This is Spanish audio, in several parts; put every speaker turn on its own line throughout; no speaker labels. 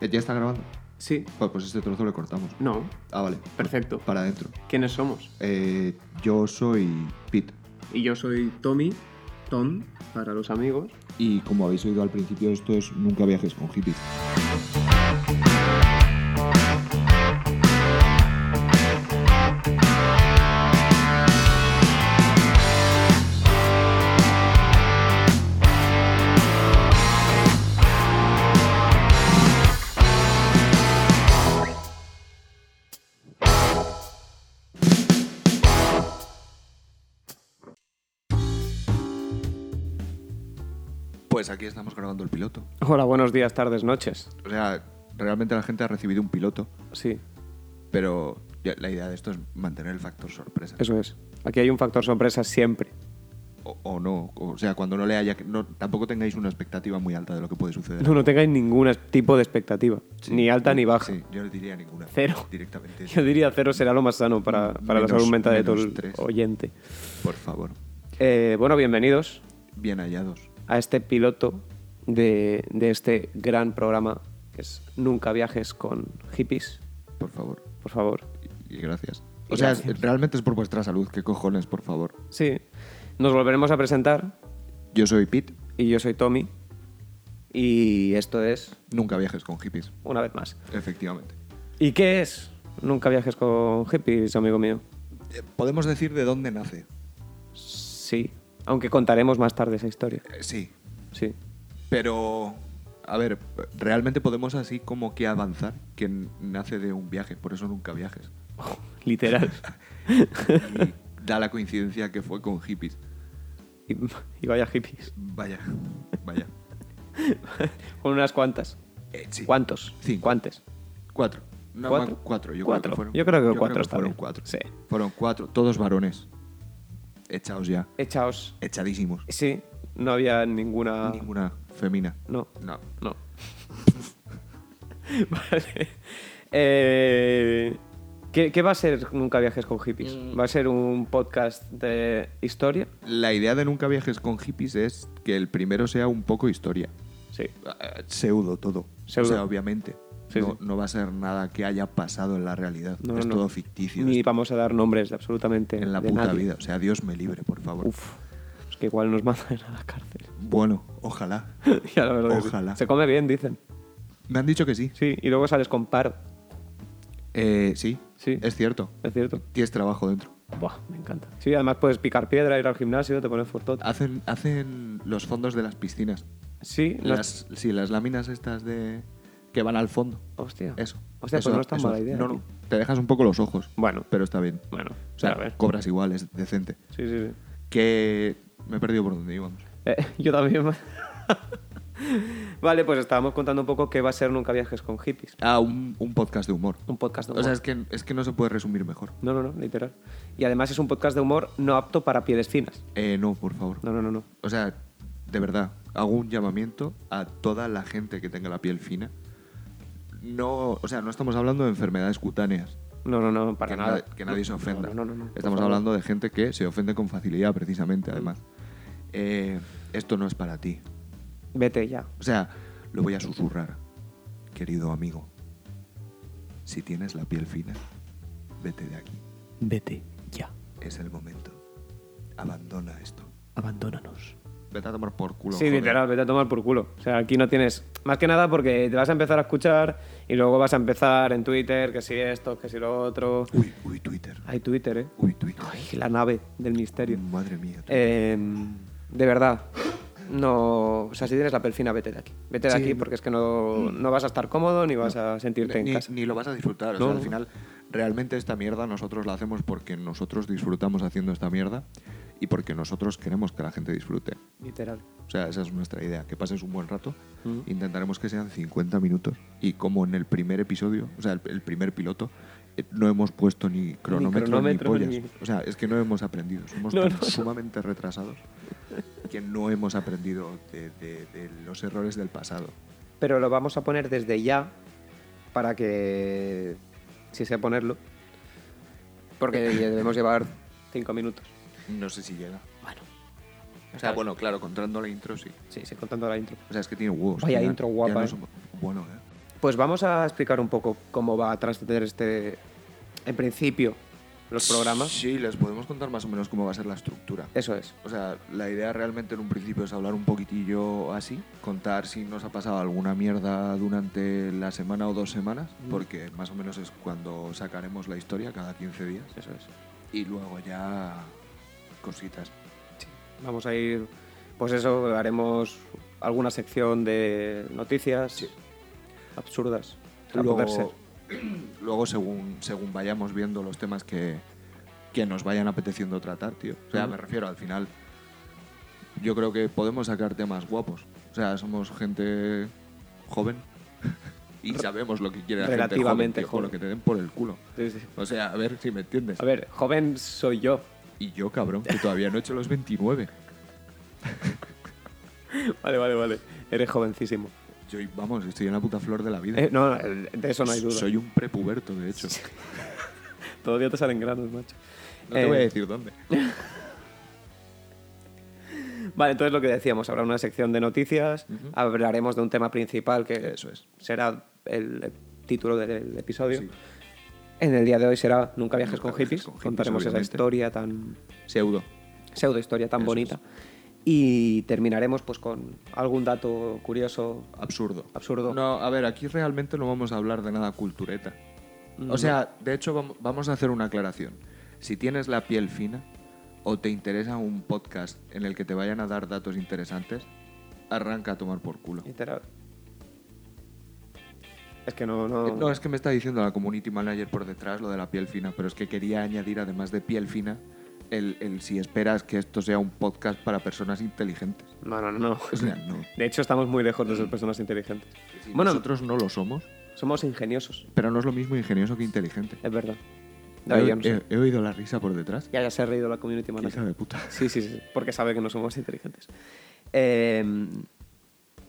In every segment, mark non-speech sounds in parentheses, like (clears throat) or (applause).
¿Ya está grabando?
Sí.
Pues, pues este trozo le cortamos.
No.
Ah, vale.
Perfecto.
Para adentro.
¿Quiénes somos?
Eh, yo soy Pete.
Y yo soy Tommy, Tom, para los amigos.
Y como habéis oído al principio, esto es Nunca viajes con hippies. Pues aquí estamos grabando el piloto.
Hola, buenos días, tardes, noches.
O sea, realmente la gente ha recibido un piloto,
Sí,
pero ya- la idea de esto es mantener el factor sorpresa.
eso es. Aquí hay un factor sorpresa siempre.
O, o no. O sea, cuando no le haya. No, tampoco tengáis una expectativa muy alta de lo que puede suceder.
No, no tengáis ningún tipo de expectativa,
Sí.
ni alta ni baja.
Sí, yo no diría ninguna.
Cero.
Directamente.
Yo diría cero será lo más sano para, para
Menos-
la salud mental de todo
menos
el
tres.
oyente.
Por favor.
Eh, bueno, bienvenidos
Bien hallados.
a este piloto de, de este gran programa que es Nunca viajes con hippies,
Por favor.
por favor.
Y, y gracias.
Y
O sea, es-
gracias.
realmente es por vuestra salud. ¿Qué cojones, por favor?
Sí, nos volveremos a presentar
Yo soy Pete.
y yo soy Tommy y esto es
Nunca viajes con hippies.
una vez más.
Efectivamente.
¿Y qué es? Nunca viajes con hippies, amigo mío.
Eh, Podemos decir de dónde nace.
Sí, aunque contaremos más tarde esa historia.
Eh, sí.
Sí.
Pero, a ver, realmente podemos así como que avanzar que n- nace de un viaje, por eso nunca viajes.
(laughs) Literal.
Y da la coincidencia que fue con hippies.
(laughs) y, y vaya hippies.
Vaya, vaya.
Con unas cuantas.
Eh, sí.
¿Cuántos?
Cinco.
¿Cuántes?
Cuatro. No,
¿Cuatro?
ma- cuatro, yo
Cuatro.
creo que fueron.
Yo creo que cuatro está
fueron
bien.
cuatro.
Sí.
Fueron cuatro, todos varones. Echaos ya.
Echaos.
Echadísimos.
Sí, no había ninguna...
Ninguna femina.
No.
No.
No. (laughs) vale. Eh, ¿qué, qué va a ser Nunca viajes con hippies? ¿Va a ser un podcast de historia?
La idea de nunca viajes con hippies es que el primero sea un poco historia.
Sí.
Eh, pseudo todo.
Pseudo.
O sea, obviamente.
Sí,
no,
sí.
no va a ser nada que haya pasado en la realidad.
No,
es
no.
todo ficticio.
Ni
es
vamos a dar nombres de absolutamente
en la
de
puta
nadie.
vida. O sea, Dios me libre, por favor.
Uf, es que igual nos mandan a la cárcel. (laughs)
Bueno, ojalá.
Ya, la verdad que sí.
Ojalá.
Se come bien, dicen.
Me han dicho que sí.
Sí, y luego sales con paro.
Eh, sí,
Sí.
es cierto.
¿Es cierto?
Tienes trabajo dentro.
Buah, me encanta. Sí, además puedes picar piedra, ir al gimnasio, te pones fortota.
Hacen, hacen los fondos de las piscinas.
Sí, no-
Las, sí, las láminas estas de que van al fondo.
Hostia.
Eso.
Hostia,
Eso-
pues no es tan
eso.
mala idea.
No, no.
tío.
Te dejas un poco los ojos,
Bueno,
pero está bien.
bueno.
O sea,
a ver.
cobras igual, es decente.
Sí, sí, sí.
Que me he perdido por donde íbamos. (laughs)
Eh, yo también. vale, pues estábamos contando un poco qué va a ser Nunca Viajes con Hippies.
Ah, un, un podcast de humor.
Un podcast de
O
humor.
sea, es que, es que no se puede resumir mejor.
No, no, no, literal. Y además es un podcast de humor no apto para pieles finas.
Eh, no, por favor.
No, no, no, no.
O sea, de verdad, hago un llamamiento a toda la gente que tenga la piel fina. No, o sea, no estamos hablando de enfermedades cutáneas.
No, no, no, para
que,
nada.
na- que nadie se ofenda.
No, no, no. no, por
Estamos
favor. Mm.
hablando de gente que se ofende con facilidad, precisamente, además. Eh, esto no es para ti.
Vete ya.
O sea, lo voy a susurrar. Querido amigo, si tienes la piel fina, vete de aquí.
Vete ya.
Es el momento. Abandona esto.
Abandónanos.
Vete a tomar por culo.
Sí,
joder.
literal, vete a tomar por culo. O sea, aquí no tienes. Más que nada porque te vas a empezar a escuchar y luego vas a empezar en Twitter, que si esto, que si lo otro.
Uy, uy, Twitter.
Hay Twitter, ¿eh?
Uy, Twitter.
Ay, la nave del misterio.
Madre mía. Twitter.
Eh, de verdad, no. O sea, si tienes la piel fina, vete de aquí. Vete de
Sí,
aquí
no.
porque es que no, no vas a estar cómodo ni vas a sentirte
ni,
en casa.
ni lo vas a disfrutar. o
No,
sea,
no.
al final, realmente esta mierda nosotros la hacemos porque nosotros disfrutamos haciendo esta mierda y porque nosotros queremos que la gente disfrute.
Literal.
O sea, esa es nuestra idea, que pases un buen rato.
Ujú.
Intentaremos que sean 50 minutos. Y como en el primer episodio, o sea, el, el primer piloto, eh, no hemos puesto ni cronómetro ni,
cronómetro,
pollas.
ni-
O sea, es que no hemos aprendido. Somos
No,
tan
no.
sumamente retrasados que no hemos aprendido de, de- de los errores del pasado.
pero lo vamos a poner desde ya para que si sé ponerlo porque ya debemos llevar cinco minutos
No sé si llega.
bueno
O sea, bueno, claro, contando la intro sí.
sí sí contando la intro
O sea, es que tiene huevos.
Vaya
Ya-
intro
ya
guapa,
no
eh.
somos- Bueno, eh.
Pues vamos a explicar un poco cómo va a trascender este, en principio, los programas.
Sí, les podemos contar más o menos cómo va a ser la estructura.
Eso es.
O sea, la idea realmente en un principio es hablar un poquitillo así, contar si nos ha pasado alguna mierda durante la semana o dos semanas, porque más o menos es cuando sacaremos la historia cada 15 días.
Eso es.
Y luego ya cositas.
Vamos a ir, pues eso, haremos alguna sección de noticias absurdas. a poder ser.
Luego, (clears throat) luego según, según vayamos viendo los temas que, que nos vayan apeteciendo tratar, tío. O sea,
Ujú.
me refiero al final. Yo creo que podemos sacar temas guapos. O sea, somos gente joven (laughs) y sabemos lo que quiere la gente joven,
Relativamente
tío, con lo
joven.
que te den por el culo.
Sí, sí.
O sea, a ver si me entiendes.
A ver, joven
(laughs)
soy yo.
Y yo, cabrón, que todavía no he hecho los 29.
Vale, vale, vale. Eres jovencísimo.
Yo, vamos, estoy en la puta flor de la vida.
Eh, no, de eso no hay duda.
Soy un prepuberto, de hecho.
Todavía te salen granos, macho.
No te
Eh,
voy a decir dónde.
Vale, entonces lo que decíamos, habrá una sección de noticias, hablaremos de un tema principal que
Eso es.
será el título del episodio.
Sí.
En el día de hoy será Nunca viajes
Nunca
con
viajes
hippies,
con hippies,
contaremos esa
obviamente.
historia tan
Pseudo.
pseudo historia tan
Eso
bonita y terminaremos pues con algún dato curioso.
Absurdo.
Absurdo.
No, a ver, aquí realmente no vamos a hablar de nada cultureta.
Mm.
O sea, de hecho, vam- vamos a hacer una aclaración. Si tienes la piel fina o te interesa un podcast en el que te vayan a dar datos interesantes, arranca a tomar por culo.
literal. Es que no no,
Eh, No, es que me está diciendo la community manager por detrás lo de la piel fina, pero es que quería añadir, además de piel fina, el, el si esperas que esto sea un podcast para personas inteligentes.
no,
(laughs)
no, no.
O sea, no.
De hecho estamos muy lejos de ser personas inteligentes.
Si
Bueno,
nosotros no lo somos,
somos ingeniosos,
pero no es lo mismo ingenioso que inteligente.
es verdad. No,
he,
yo no sé.
he- he oído la risa por detrás.
Ya, ya se ha reído la community manager.
Hija de puta.
Sí, sí, sí, porque sabe que no somos inteligentes. Eh,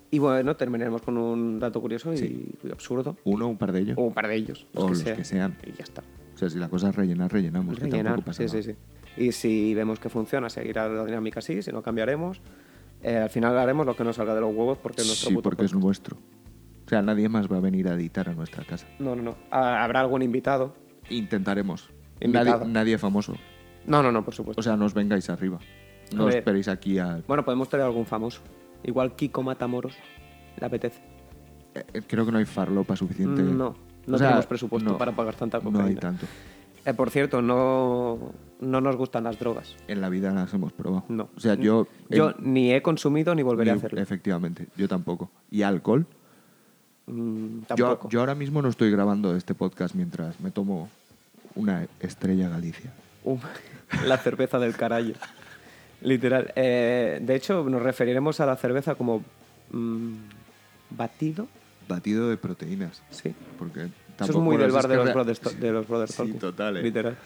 y bueno, terminaremos con un dato curioso y,
Sí.
y absurdo.
Uno, un par de ellos.
O un par de ellos.
O los que sean.
Y ya está.
O sea, si la cosa es rellenar, rellenamos. que
Rellenar,
tampoco pasa
sí, sí,
nada.
sí. Y si vemos que funciona, seguirá la dinámica así, si no cambiaremos. Eh, al final haremos lo que nos salga de los huevos porque es nuestro
Sí,
puto
porque es nuestro. O sea, nadie más va a venir a editar a nuestra casa.
podcast. No, no, no. Ah, Habrá algún invitado.
Intentaremos.
Invitado.
Nadie, nadie famoso.
No, no, no, por supuesto.
O sea, no os vengáis arriba.
A
No
ver.
esperéis aquí a...
bueno, podemos traer algún famoso. Igual Kiko Matamoros. ¿Le apetece?
eh, creo que no hay farlopa suficiente.
Mm, No, no
O sea,
tenemos presupuesto
no.
para pagar tanta
No hay
cocaína.
tanto.
Eh, por cierto, no, no nos gustan las drogas.
En la vida las hemos probado.
No.
O sea, yo...
Yo
en-
ni he consumido ni volveré a
ni-
hacerlo.
Efectivamente, yo tampoco. ¿Y alcohol?
Mm,
Yo,
tampoco.
yo ahora mismo no estoy grabando este podcast mientras me tomo una estrella Galicia.
Um, la cerveza del carajo. Literal. Eh, de hecho, nos referiremos a la cerveza como mm, batido.
Batido de proteínas.
Sí.
Porque
Eso es
tampoco-
muy
bueno,
del
es
bar de
que
los,
rea-
brothers, de los brothers
Sí,
Tolkien.
total, eh.
Literal.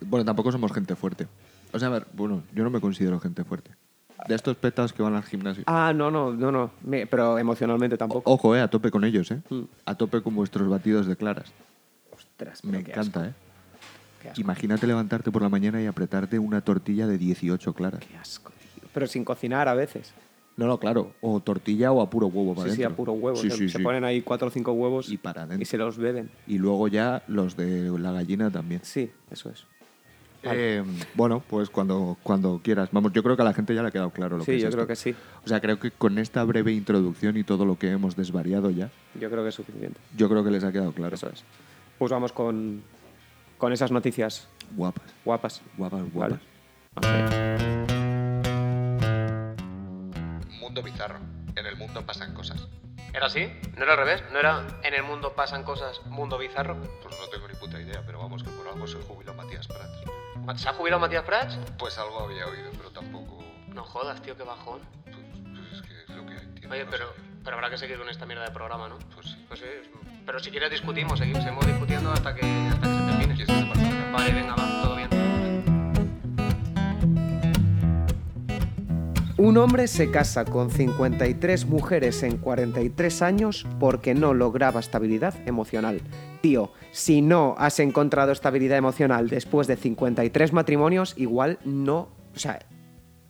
Bueno, tampoco somos gente fuerte. O sea, a ver, bueno, yo no me considero gente fuerte. De estos petas que van al gimnasio.
Ah, no, no, no, no. Me- pero emocionalmente tampoco.
Ojo, eh, a tope con ellos, eh.
Mm.
A tope con vuestros batidos de claras.
Ostras, pero
oh. Me
qué
encanta,
asco,
eh.
qué asco,
Imagínate levantarte por la mañana y apretarte una tortilla de 18 claras.
qué asco, tío. Pero sin cocinar a veces.
No, no, claro. O tortilla o a puro huevo para
sí, sí, a
dentro.
puro huevo.
Sí,
se,
sí,
se
sí.
ponen ahí cuatro o cinco huevos
Y para
y
adentro.
se los beben.
Y luego ya los de la gallina también.
Sí, eso es.
Eh, bueno, pues cuando, cuando quieras. Vamos, yo creo que a la gente ya le ha quedado claro lo que
Sí,
es
yo
esto.
creo que sí.
O sea, creo que con esta breve introducción y todo lo que hemos desvariado ya,
Yo creo que es suficiente.
yo creo que les ha quedado claro.
Eso es. Pues vamos con, con esas noticias
Guapas,
guapas.
guapas,
Vale.
guapas.
Vamos allá.
Mundo bizarro. En el mundo pasan cosas.
¿Era así? ¿No era al revés? ¿No era en el mundo pasan cosas, mundo bizarro?
Pues no tengo ni puta idea, pero vamos, que por algo se jubiló Matías Prats.
¿Se ha jubilado Matías Prats?
Pues algo había oído, pero tampoco...
No jodas, tío, qué bajón.
Pues, es que es lo que hay,
pero habrá que seguir con esta mierda de programa, ¿no? Pues sí. Pero si quieres discutimos, seguimos, discutiendo hasta que, hasta que se termine. Vale, venga, va, todo bien. Un hombre se casa con 53 mujeres en 43 años porque no lograba estabilidad emocional. Tío, si no has encontrado estabilidad emocional después de 53 matrimonios, igual no... O sea,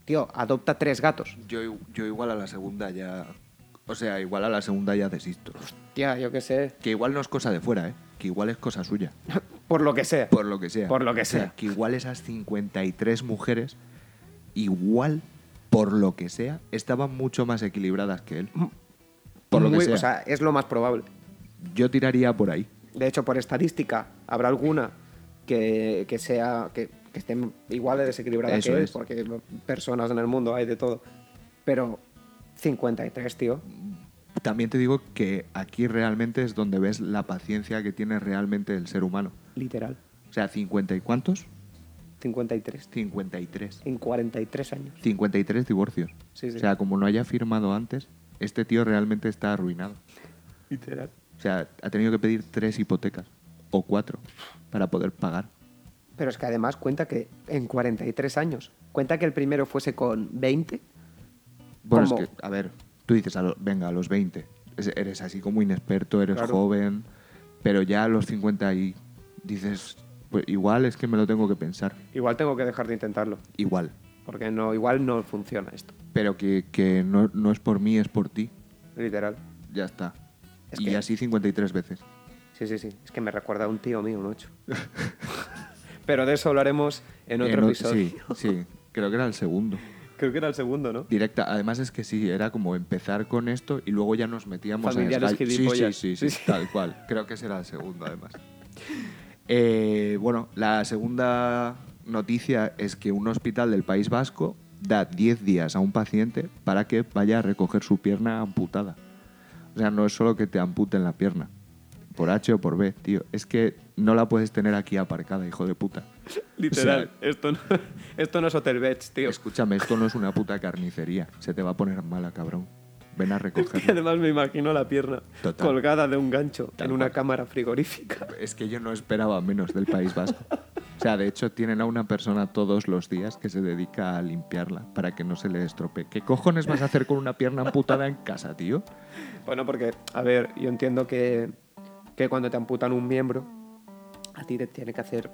tío, adopta tres gatos.
Yo, yo igual a la segunda ya O sea, igual a la segunda ya desisto.
Tía, yo qué sé.
Que igual no es cosa de fuera, ¿eh? Que igual es cosa suya.
(laughs) Por lo que sea.
Por lo que sea.
Por lo que
O sea,
sea.
Que igual esas 53 mujeres, igual, por lo que sea, estaban mucho más equilibradas que él. Por lo
Mm. Muy-
que sea.
O sea, es lo más probable.
Yo tiraría por ahí.
De hecho, por estadística, habrá alguna que, que sea que, que esté igual de desequilibrada
Eso
que él,
es.
porque personas en el mundo hay de todo. Pero 53, tío.
También te digo que aquí realmente es donde ves la paciencia que tiene realmente el ser humano.
Literal.
O sea, ¿50 y cuántos?
53.
53.
En 43 años.
53 divorcios.
Sí, sí.
O sea, como no haya firmado antes, este tío realmente está arruinado.
Literal.
O sea, ha tenido que pedir tres hipotecas o cuatro para poder pagar.
Pero es que además cuenta que en 43 años. Cuenta que el primero fuese con 20.
Bueno,
¿Cómo?
es que, a ver, tú dices, a lo- venga, a los 20. Es- eres así como inexperto, eres
Claro.
joven, pero ya a los 50 y dices, pues igual es que me lo tengo que pensar.
Igual tengo que dejar de intentarlo.
Igual.
Porque no, igual no funciona esto.
Pero que, que no, no es por mí, es por ti.
Literal.
Ya está.
Es
y
que-
así 53 veces.
Sí, sí, sí. Es que me recuerda a un tío mío,
(laughs)
un 8. Pero de eso hablaremos en otro
Eh, no-
episodio.
Sí, sí. Creo que era el segundo.
Creo que era el segundo, ¿no?
Directa. Además es que sí, era como empezar con esto y luego ya nos metíamos
Familiares
a Skype. Sí, sí,
gilipollas.
sí, sí,
Sí, sí.
tal cual. Creo que será el segundo, además. Eh, bueno, la segunda noticia es que un hospital del País Vasco da 10 días a un paciente para que vaya a recoger su pierna amputada. O sea, no es solo que te amputen la pierna. Por H o por B, tío. Es que no la puedes tener aquí aparcada, hijo de puta.
Literal.
O
esto, no, (laughs) esto no es Hotel Beds, tío. (laughs)
Escúchame, esto no es una puta carnicería. Se te va a poner mala, cabrón. Ven a
Y
recogerla.
además me imagino la pierna
Total.
colgada de un gancho
Tal
en una
cual.
cámara frigorífica. (laughs)
Es que yo no esperaba menos del País Vasco. O sea, de hecho, tienen a una persona todos los días que se dedica a limpiarla para que no se le estropee. ¿Qué cojones vas a hacer con una pierna amputada en casa, tío?
Bueno, porque, a ver, yo entiendo que, que cuando te amputan un miembro, a ti te tiene que hacer.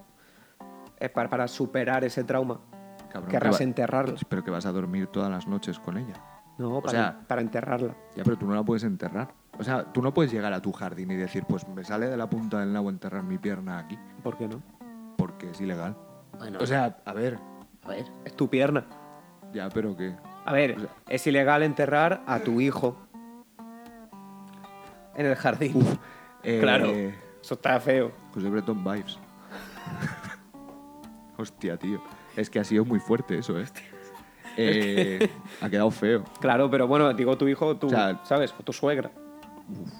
eh, para, para superar ese trauma.
Cabrón,
Querrás
que va-
enterrarla.
Pero que vas a dormir todas las noches con ella.
No, para,
sea-
para enterrarla.
Ya, pero tú no la puedes enterrar. O sea, tú no puedes llegar a tu jardín y decir, pues me sale de la punta del nabo enterrar mi pierna aquí,
¿Por qué no?
porque es ilegal.
Bueno,
O sea, a ver,
a ver. Es tu pierna.
ya, pero que...
A ver, es ilegal enterrar a tu hijo en el jardín.
Eh, pues
Claro. Eso está feo.
José Breton Vibes. (laughs) Hostia, tío. Es que ha sido muy fuerte eso, ¿eh? Eh, (laughs) Ha quedado feo.
Claro, pero bueno, digo tu hijo, tú,
O sea-
¿sabes? O tu suegra. (laughs)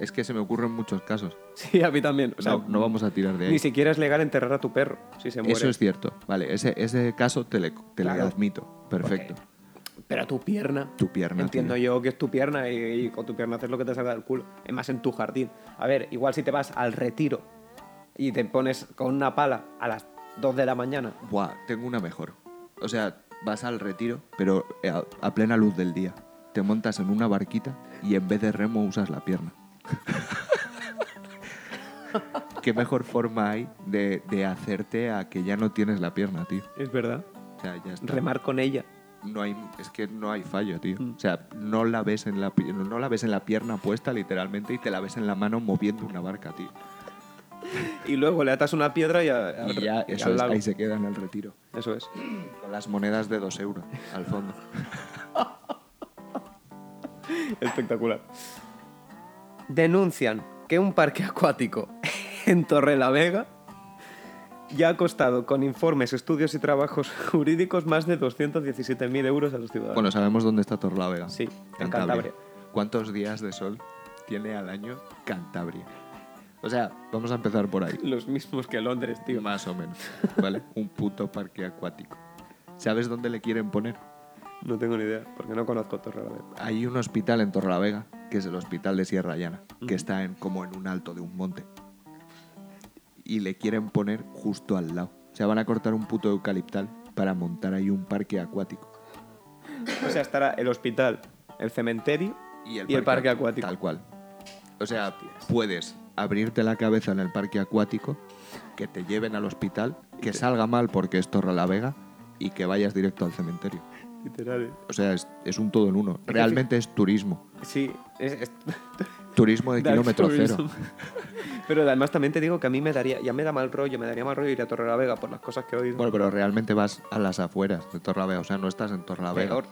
Es que se me ocurren muchos casos.
Sí, a mí también. O sea,
no, no vamos a tirar de ahí.
ni siquiera es legal enterrar a tu perro si se muere.
Eso es cierto. Vale, ese, ese caso te, le, te le
Claro.
admito. Perfecto.
Pero tu pierna.
Tu pierna,
Entiendo
tío.
yo que es tu pierna y, y con tu pierna haces lo que te salga del culo. Es más, en tu jardín. A ver, igual si te vas al retiro y te pones con una pala a las 2 de la mañana.
Buah, tengo una mejor. O sea, vas al retiro, pero eh, a, a plena luz del día. Te montas en una barquita y en vez de remo usas la pierna. (laughs) ¿Qué mejor forma hay de, de hacerte a que ya no tienes la pierna, tío?
Es verdad.
O sea, ya está.
Remar con ella.
No hay, es que no hay fallo, tío.
Mm.
O sea, no la, ves en la, pi- no la ves en la pierna puesta literalmente y te la ves en la mano moviendo una barca, tío.
Y luego le atas una piedra y, a- al-
Y ya,
y
eso
al
es,
lago.
ahí se queda en el retiro.
Eso es.
Con las monedas de dos euros al fondo.
Espectacular. Denuncian que un parque acuático (laughs) en Torrelavega ya ha costado con informes, estudios y trabajos jurídicos más de 217.000 euros a los ciudadanos.
Bueno, sabemos dónde está Torlavega.
Sí, en Cantabria.
¿Cuántos días de sol tiene al año Cantabria? O sea, vamos a empezar por ahí.
Los mismos que Londres, tío.
Más o menos.
(laughs)
¿Vale? Un puto parque acuático. ¿Sabes dónde le quieren poner?
No tengo ni idea, porque no conozco Torrelavega.
Hay un hospital en Torlavega, que es el hospital de Sierra Llana, que está en, como en un alto de un monte. Y le quieren poner justo al lado. O sea, van a cortar un puto eucaliptal para montar ahí un parque acuático.
O sea, estará el hospital, el cementerio
Y el,
Y el parque acuático.
Tal cual. O sea, puedes abrirte la cabeza en el parque acuático, que te lleven al hospital, que salga mal porque es Torre la Vega y que vayas directo al cementerio.
Literal.
¿eh?
O sea, es, es un todo en uno. Realmente es turismo.
Sí, es- es-
Turismo de
Dark
kilómetro
tourism.
cero.
(laughs) pero además también te digo que a mí me daría, ya me daría mal rollo, me daría mal rollo ir a Torre la Vega por las cosas que he oído.
Bueno, pero realmente vas a las afueras de Torlavega. O sea, no estás en Torlavega.
Peor.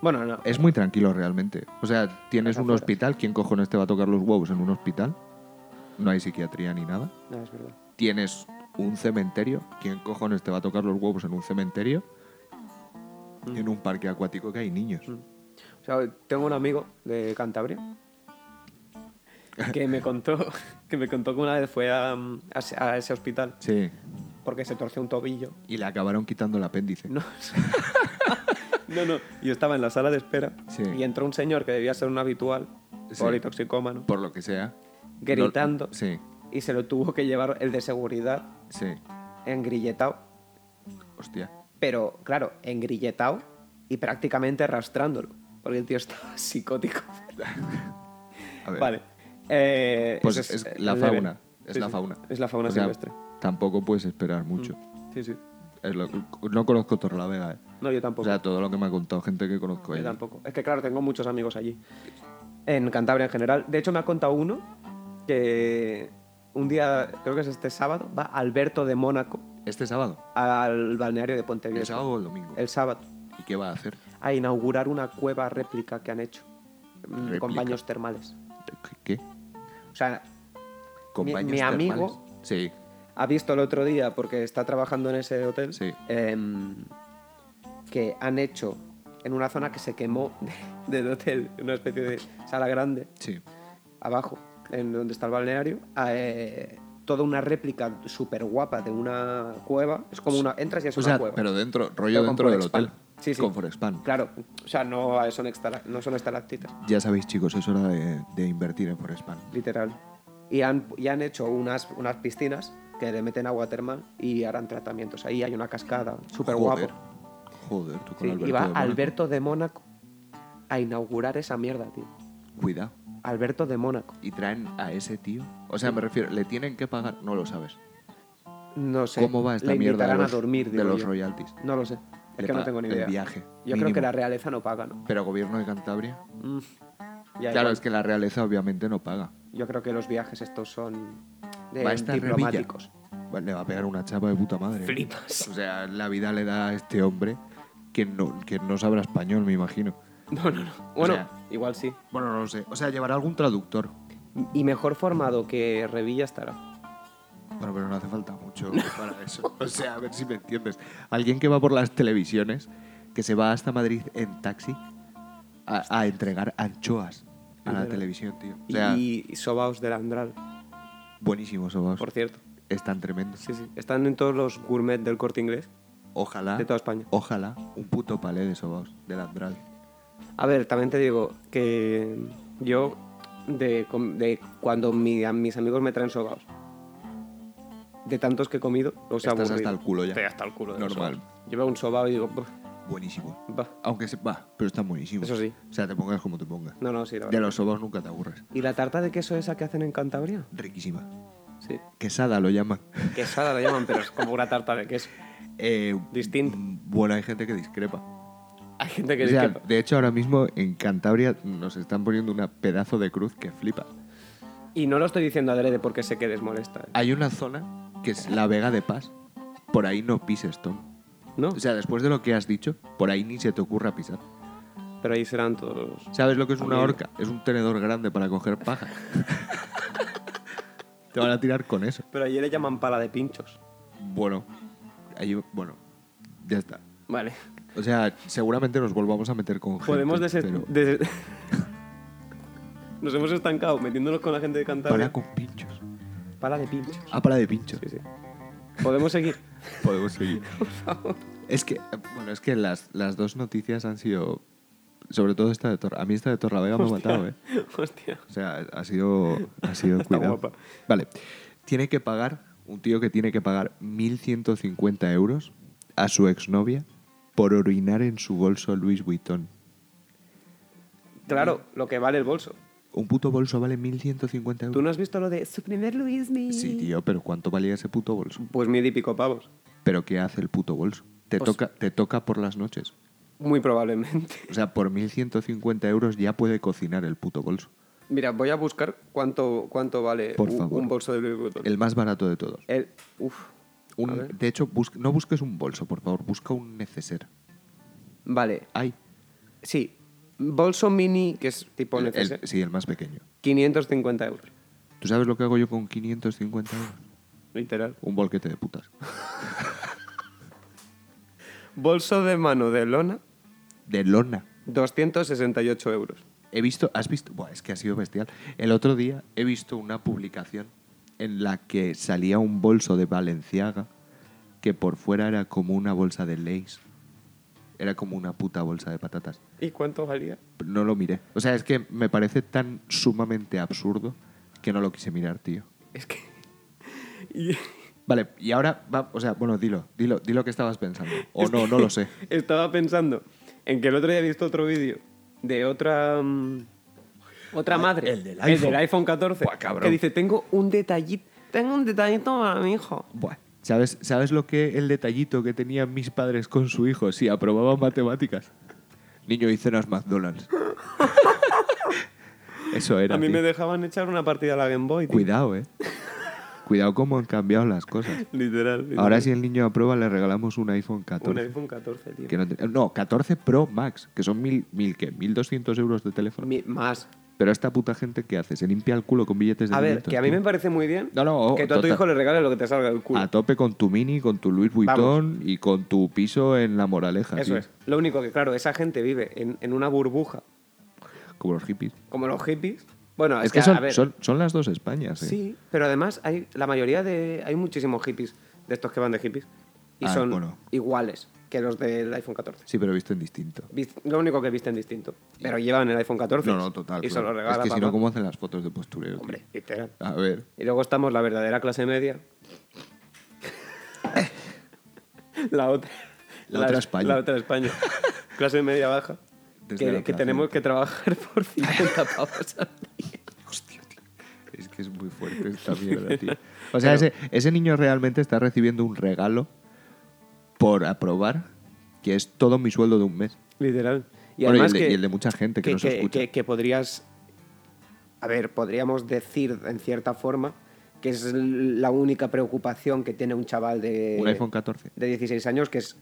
Bueno, no.
Es muy tranquilo realmente. O sea, tienes
Las
un
afueras.
hospital. ¿Quién cojones te va a tocar los huevos en un hospital? No hay psiquiatría ni nada.
No, es verdad.
Tienes un cementerio. ¿Quién cojones te va a tocar los huevos en un cementerio?
Mm.
Y en un parque acuático que hay niños.
O sea, tengo un amigo de Cantabria que me contó (laughs) que me contó que una vez fue a, a ese- a ese hospital
Sí.
porque se torció un tobillo.
Y le acabaron quitando el apéndice.
No, (laughs) no, no. Yo estaba en la sala de espera
Sí.
y entró un señor que debía ser un habitual,
Sí.
politoxicómano,
Por lo que sea.
gritando
No- sí,
y se lo tuvo que llevar el de seguridad
sí.
engrilletado.
Hostia.
Pero, claro, engrilletado y prácticamente arrastrándolo. Porque el tío estaba psicótico.
A ver.
Vale. Eh,
Pues
ese
es,
eh,
la
el level.
fauna. Es
Sí,
la
sí.
fauna.
Es la fauna
O sea,
silvestre. Mm.
tampoco puedes esperar mucho.
Sí, sí.
Es lo- no conozco Torlavega. eh.
No, yo
O
tampoco.
sea, pues- todo lo que me ha contado gente que conozco.
yo
allí.
tampoco. Es que, claro, tengo muchos amigos allí. En Cantabria en general. De hecho, me ha contado uno que un día, creo que es este sábado, va Alberto de Mónaco
Este sábado.
al balneario de Pontevedra.
El sábado o el domingo.
El sábado.
¿Y qué va a hacer?
A inaugurar una cueva réplica que han hecho. mm, Con
Réplica.
baños termales.
¿Qué?
O sea,
¿Con
Mi-
baños
mi amigo-
termales? Sí,
ha visto el otro día, porque está trabajando en ese hotel,
Sí.
em, que han hecho en una zona que se quemó (laughs) del hotel, una especie de sala grande,
sí.
abajo, en donde está el balneario, a, eh, toda una réplica súper guapa de una cueva. Es como una... Entras y es
O
una
sea,
cueva.
pero dentro, rollo
Pero con
dentro del
Forexpan.
hotel.
Sí, sí.
Con Forexpan.
Claro, o sea, no son, extala- no son estalactitas,
Ya sabéis, chicos, es hora de, de invertir en Forexpan.
literal. Y han, y han hecho unas, unas piscinas que le meten agua termal y harán tratamientos. Ahí hay una cascada súper guapo.
Joder. Joder, tú con
Sí,
Alberto.
y va
de Mónaco.
Alberto de Mónaco a inaugurar esa mierda, tío.
Cuidado.
Alberto de Mónaco.
Y traen a ese tío. O sea, me refiero, le tienen que pagar. No lo sabes.
No sé.
¿Cómo va esta
le
mierda de
invitarán
los,
a dormir,
de
digo
los
yo.
royalties?
No lo sé. Es
Le
que no
pa-
tengo ni
El
idea.
viaje.
Yo creo
mínimo.
que la realeza no paga, ¿no?
Pero gobierno de Cantabria.
Mm. Ya,
claro,
igual.
es que la realeza obviamente no paga.
Yo creo que los viajes estos son de
Va a estar Revilla.
diplomáticos. (laughs)
Bueno, Le va a pegar una chapa de puta madre. ¿eh?
Flipas.
O sea, la vida le da a este hombre que no, que no sabrá español, me imagino.
No, no, no. Bueno,
O sea-
igual sí.
Bueno, no lo sé. O sea, llevará algún traductor.
Y mejor formado que Revilla estará.
Bueno, pero no hace falta mucho para eso. (laughs) O sea, a ver si me entiendes. Alguien que va por las televisiones, que se va hasta Madrid en taxi a, a entregar anchoas a la
Literal.
televisión, tío. O sea,
y, y Sobaos del Andral,
buenísimos sobaos.
por cierto.
Están tremendos.
Sí, sí. Están en todos los gourmet del corte inglés
Ojalá,
de toda España.
ojalá, un puto palé de sobaos del Andral.
A ver, también te digo que yo, de, com- de cuando mi- a mis amigos me traen sobaos, de tantos que he comido, los he
Estás
aburrido.
hasta el culo ya.
Estoy hasta el culo de los
Normal.
sobaos. Yo veo un sobao y digo, "Buf,
Buenísimo.
va.
Aunque se va, pero están buenísimos.
Eso sí.
O sea, te pongas como te pongas.
No, no, sí, la
De
verdad.
los sobaos nunca te aburres.
¿Y la tarta de queso esa que hacen en Cantabria?
Riquísima.
Sí.
Quesada lo llaman.
Quesada la llaman, pero es como una tarta de queso.
Eh,
Distinto.
mm, Bueno, hay gente que discrepa.
Hay gente que
O sea,
dice que-
de hecho, ahora mismo en Cantabria nos están poniendo una pedazo de cruz que flipa.
Y no lo estoy diciendo adrede porque sé que les molesta. ¿eh?
Hay una zona que es la Vega de Paz. Por ahí no pises, Tom.
¿No?
O sea, después de lo que has dicho, por ahí ni se te ocurra pisar.
Pero ahí serán todos...
¿Sabes lo que es una
También.
horca? Es un tenedor grande para coger paja. te van a tirar con eso.
Pero allí le llaman pala de pinchos.
Bueno, allí, bueno, ya está.
Vale.
O sea, seguramente nos volvamos a meter con gente.
Podemos dese-
pero
des- Nos hemos estancado metiéndonos con la gente de Cantabria.
Para con pinchos.
Pala de pinchos.
Ah, para de pinchos.
Sí, sí. Podemos seguir.
Podemos seguir. Es que, eh, bueno, es que las, las dos noticias han sido. Sobre todo esta de Torre. A mí esta de Torlavega me ha matado, ¿eh?
(laughs) Hostia.
O sea, ha sido. Ha sido
Está
cuidado.
guapa.
Vale. Tiene que pagar. Un tío que tiene que pagar 1.150 euros a su exnovia por orinar en su bolso Luis Vuitton.
Claro, lo que vale el bolso.
Un puto bolso vale 1.150
¿Tú
euros.
no has visto lo de su primer Luis Mi?
Sí, tío, pero ¿cuánto valía ese puto bolso?
Pues mil y pico pavos.
¿Pero qué hace el puto bolso? Te,
Pues-
toca, te toca por las noches.
Muy probablemente.
O sea, por 1.150 euros ya puede cocinar el puto bolso.
Mira, voy a buscar cuánto, cuánto vale
Por
u-
favor.
un bolso de Louis Vuitton.
El más barato de todos.
El- uf,
Un-
a ver.
de hecho, bus- no busques un bolso, por favor. Busca un neceser.
Vale,
Ay,
sí. Bolso mini, que es tipo
el-
neceser,
el- sí, el más pequeño.
550 euros,
¿Tú sabes lo que hago yo con 550 euros?
literal.
Un bolquete de putas.
Bolso de mano de lona,
De lona.
268 euros.
He visto, has visto, Buah, es que ha sido bestial. El otro día he visto una publicación en la que salía un bolso de Valenciaga que por fuera era como una bolsa de Lays. Era como una puta bolsa de patatas.
¿Y cuánto valía?
No lo miré. O sea, es que me parece tan sumamente absurdo que no lo quise mirar, tío.
Es que... y- (laughs)
Vale, y ahora, va- o sea, bueno, dilo, dilo, dilo que estabas pensando. O no, no lo sé.
Estaba pensando en que el otro día he visto otro vídeo de otra. mm, otra madre.
Ah, el del iPhone.
14.
Buah, cabrón.
Que dice: Tengo un detallito. Tengo un detallito para mi hijo.
Buah. ¿Sabes, ¿Sabes lo que el detallito que tenían mis padres con su hijo si aprobaban matemáticas? Niño, y cenas
(laughs)
McDonald's. Eso era.
a mí
tío.
me dejaban echar una partida a la Game Boy. tío.
Cuidado, eh. Cuidado cómo han cambiado las
(laughs)
cosas.
Literal. literal.
Ahora si el niño aprueba le regalamos un iPhone
Un
14.
iPhone 14, tío.
Que no, te- eh, no, 14 Pro Max, que son mil, mil ¿qué? 1200 euros de teléfono.
Mi- más.
Pero esta puta gente, ¿qué hace? Se limpia el culo con billetes Pues de
A ver,
500,
que a mí
tío.
me parece muy bien
No, no,
que tú a tu
total.
hijo le regales lo que te salga del culo.
A tope con tu Mini, con tu Louis Vuitton y con tu piso en La Moraleja.
Eso
tío.
es. Lo único que, claro, esa gente vive en, en una burbuja,
Como los hippies.
como los hippies. Bueno,
Es
es,
que
a
son,
ver,
son, son las dos Españas. ¿eh?
Sí, pero además hay la mayoría de hay muchísimos hippies de estos que van de hippies y
Ah,
son
bueno.
iguales que los del iPhone 14.
Sí, pero visto en distinto.
Vis- Lo único que visten distinto, pero llevan el iPhone 14.
No, no, total.
Y se
claro.
lo
es
regala
que si
papá.
no, ¿cómo hacen las fotos de postureo? tío?
Hombre, literal.
A ver.
Y luego estamos la verdadera clase
(laughs)
media. la otra
La otra España.
La
(laughs)
otra España. clase media baja.
Desde la
Que, que
plaza.
tenemos que trabajar
(laughs)
por 50 pavos al día.
Hostia, tío. Es que es muy fuerte
(laughs)
esta mierda, tío. O sea, ese, ese niño realmente está recibiendo un regalo por aprobar, que es todo mi sueldo de un mes.
Literal. Y
Bueno,
además
el de,
que,
y el de mucha gente que,
que,
no se
que-
escucha.
que- que podrías. A ver, podríamos decir en cierta forma que es l- la única preocupación que tiene un chaval de,
un iPhone 14.
de 16 años, que es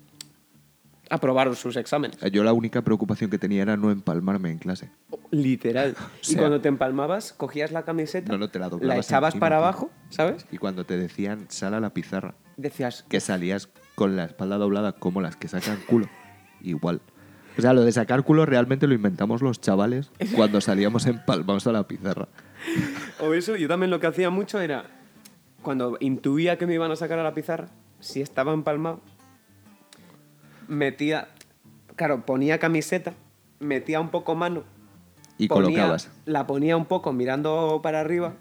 aprobar sus exámenes.
Yo la única preocupación que tenía era no empalmarme en clase. (laughs)
Literal. y
sea-
cuando te empalmabas, cogías la camiseta,
No, no, te la doblabas
la echabas
encima,
para
tío.
abajo, ¿sabes?
Y cuando te decían sal a la pizarra,
Decías,
que salías con la espalda doblada como las que sacan
(laughs)
culo. Igual. O sea, lo de sacar culo realmente lo inventamos los chavales cuando salíamos empalmados a la pizarra.
O eso, yo también lo que hacía mucho era, cuando intuía que me iban a sacar a la pizarra, si estaba empalmado, metía, claro, ponía camiseta, metía un poco mano.
Y
ponía-
colocabas.
La ponía un poco mirando para arriba,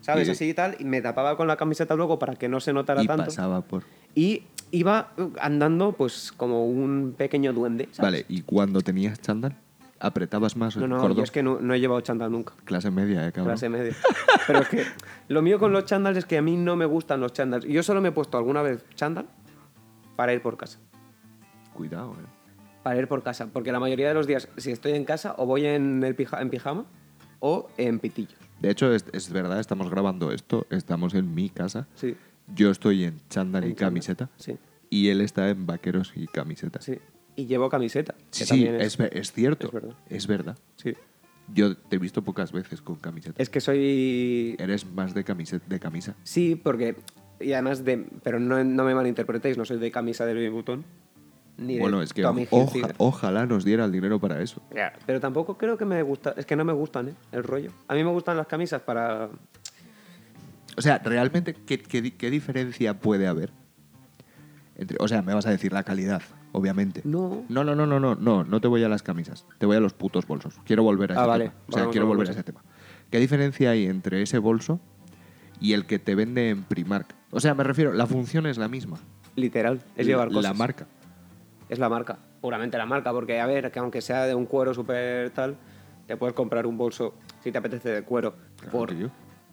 ¿sabes?
Y-
Así y tal, y me tapaba con la camiseta luego para que no se notara
Y
tanto.
pasaba por...
Y iba uh, andando pues como un pequeño duende, ¿sabes?
Vale, y cuando tenías chándal, apretabas más
No,
el
no,
cordón.
yo es que no, no he llevado chándal nunca.
Clase media, eh, cabrón.
clase media. Pero es que lo mío con los chándales es que a mí no me gustan los chándales. Yo solo me he puesto alguna vez chándal para ir por casa.
Cuidado, eh.
Para ir por casa. Porque la mayoría de los días, si estoy en casa, o voy en, el pija- en pijama o en pitillos.
De hecho, es, es verdad, estamos grabando esto, estamos en mi casa.
Sí.
Yo estoy en chándal
En
y camiseta.
chándal, sí.
Y él está en vaqueros y camiseta.
Sí. Y llevo camiseta. que
Sí, sí,
también
es, ve- es cierto.
es verdad.
Es verdad.
sí.
Yo te he visto pocas veces con camiseta.
Es que soy...
Eres más de, camiseta, de camisa.
Sí, porque... Y además de... Pero no, no me malinterpretéis, no soy de camisa de Louis Vuitton. Ni de
Bueno, es que
Tommy
oja-
Hilfiger.
ojalá nos diera el dinero para eso.
Ya, Pero tampoco creo que me gusta, es que no me gustan, ¿eh? El rollo. A mí me gustan las camisas para...
O sea, realmente, ¿qué, qué di- qué diferencia puede haber? Entre, o sea, me vas a decir la calidad, obviamente.
No.
No, no, no, no, no, no, no te voy a las camisas, te voy a los putos bolsos. Quiero volver a
Ah,
ese
vale.
tema. O sea,
Vamos,
quiero
vamos,
volver a
vamos.
ese tema. ¿Qué diferencia hay entre ese bolso y el que te vende en Primark? O sea, me refiero, la función es la misma.
Literal, es llevar
La-
cosas.
La marca.
Es la marca, puramente la marca, porque a ver, que aunque sea de un cuero súper tal, te puedes comprar un bolso, si te apetece, de cuero,
Claro,
por
tío.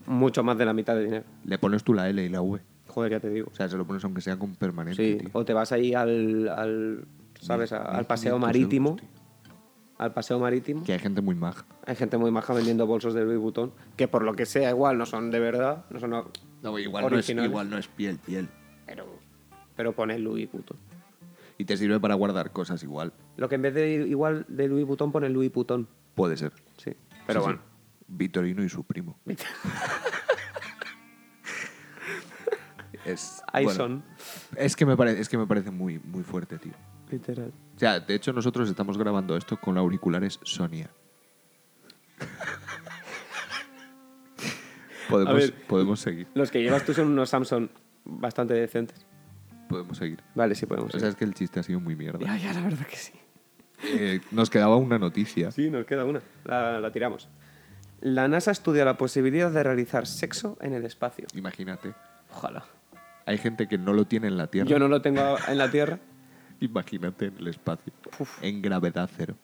mucho más de la mitad de dinero.
Le pones tú la L y la V.
Joder, ya te digo.
O sea, se lo pones aunque sea con permanente,
Sí,
tío.
o te vas ahí al, al ¿sabes? A- al paseo marítimo. Al paseo marítimo.
Que hay gente muy maja.
Hay gente muy maja vendiendo bolsos de Louis Vuitton, que por lo que sea igual no son de verdad, no son...
No, igual, no es,
Originales.
igual no es piel, piel.
Pero, pero pone Louis Vuitton.
Y te sirve para guardar cosas igual.
Lo que en vez de igual de Louis Vuitton pone Louis Vuitton.
Puede ser.
Sí, pero
Sí,
bueno.
sí. Vitorino y su primo. es,
(laughs) Ahí
bueno,
son,
Es que me parece, es que me parece muy, muy fuerte, tío.
literal.
O sea, de hecho nosotros estamos grabando esto con auriculares
(laughs)
Sonia. podemos,
A ver.
podemos seguir,
Los que llevas tú son unos Samsung bastante decentes.
podemos seguir.
Vale, sí podemos.
O sea, es que el chiste ha sido muy mierda.
Ya, ya, la verdad que sí.
Eh, nos quedaba una noticia.
Sí, nos queda una. La, la tiramos. La NASA estudia la posibilidad de realizar sexo en el espacio.
Imagínate.
Ojalá.
Hay gente que no lo tiene en la Tierra.
Yo no lo tengo en la Tierra.
Imagínate en el espacio.
Uf.
En gravedad cero.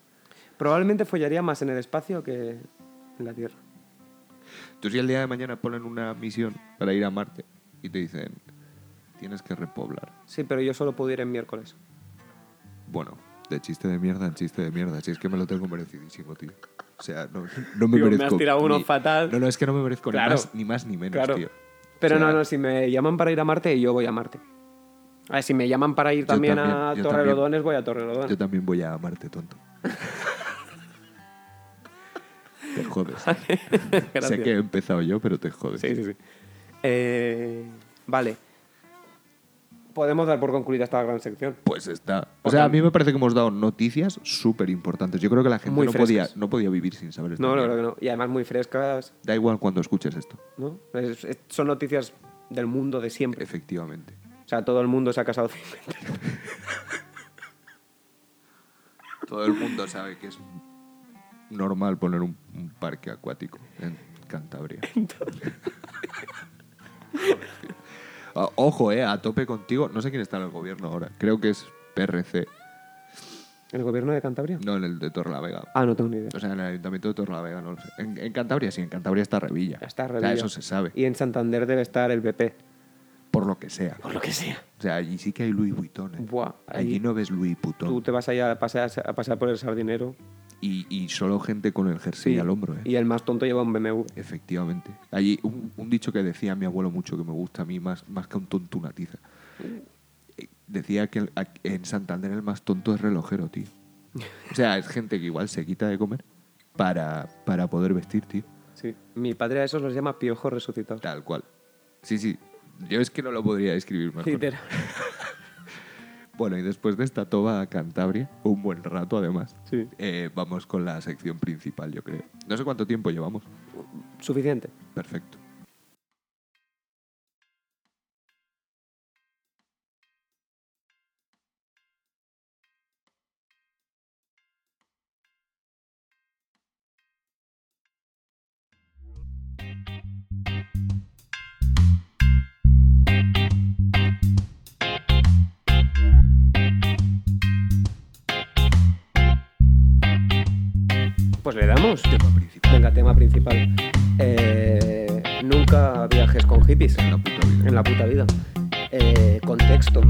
Probablemente follaría más en el espacio que en la Tierra.
Tú si el día de mañana ponen una misión para ir a Marte y te dicen, tienes que repoblar.
Sí, pero yo solo pudiera en miércoles.
Bueno, de chiste de mierda en chiste de mierda. Si es que me lo tengo merecidísimo, tío. O sea, no, no me
Tío, me
merezco...
has tirado uno fatal.
No, no, es que no me merezco
Claro.
ni, más, ni más ni menos,
Claro.
tío.
Pero
O sea,
no, no, si me llaman para ir a Marte, yo voy a Marte. A ver, si me llaman para ir
Yo
también, a
también, yo
Torrelodones, voy a Torrelodones.
Yo también voy a Marte,
(laughs)
tonto. te jodes. sé
Gracias.
que he empezado yo, pero te jodes.
Sí, sí, sí. Eh, vale. Podemos dar por concluida esta gran sección.
Pues está. O
Por
sea, a
tanto-
mí me parece que hemos dado noticias súper importantes. Yo creo que la gente
Muy
no podía,
frescas.
no podía vivir sin saber esto.
No, no, no, no. Y además muy frescas,
Da igual cuando escuches esto.
¿no? Es- es- son noticias del mundo de siempre.
Efectivamente.
O sea, todo el mundo se ha casado.
Todo el mundo sabe que es normal poner un, un parque acuático en Cantabria. (laughs) Ah, Ojo, eh, a tope contigo. No sé quién está en el gobierno ahora. Creo que es PRC.
¿El gobierno de Cantabria?
No, en el de Torlavega.
Ah, no tengo ni idea.
O sea, en el ayuntamiento de Torlavega, no lo sé. En, en Cantabria sí, en Cantabria está Revilla.
Está
O sea,
Revilla.
eso se sabe.
Y en Santander debe estar el BP.
Por lo que sea.
Por lo que sea.
O sea, allí sí que hay Louis Vuitton. eh.
Buah,
allí
ahí-
no ves Louis
Tú
Vuitton.
te vas allá a pasear, a pasear por el sardinero.
Y, y solo gente con el jersey
y-
al hombro. eh.
Y el más tonto lleva un BMW.
Efectivamente. Allí un, un dicho que decía mi abuelo mucho, que me gusta a mí más, más que un tonto una tiza. Eh, Decía que el- a- en Santander el más tonto es relojero, tío. O sea, es gente que igual se quita de comer para, para poder vestir, tío.
Sí. Mi padre a esos los llama piojos resucitados.
Tal cual. Sí, sí. Yo es que no lo podría describir mejor.
Literal.
Bueno, y después de esta toba a Cantabria, un buen rato además,
Sí.
eh, vamos con la sección principal, yo creo. No sé cuánto tiempo llevamos.
Suficiente.
Perfecto.
Pues le damos.
Tema principal.
Venga, tema principal. Eh, nunca viajes con hippies
En la puta vida.
en la puta vida. Eh, contexto.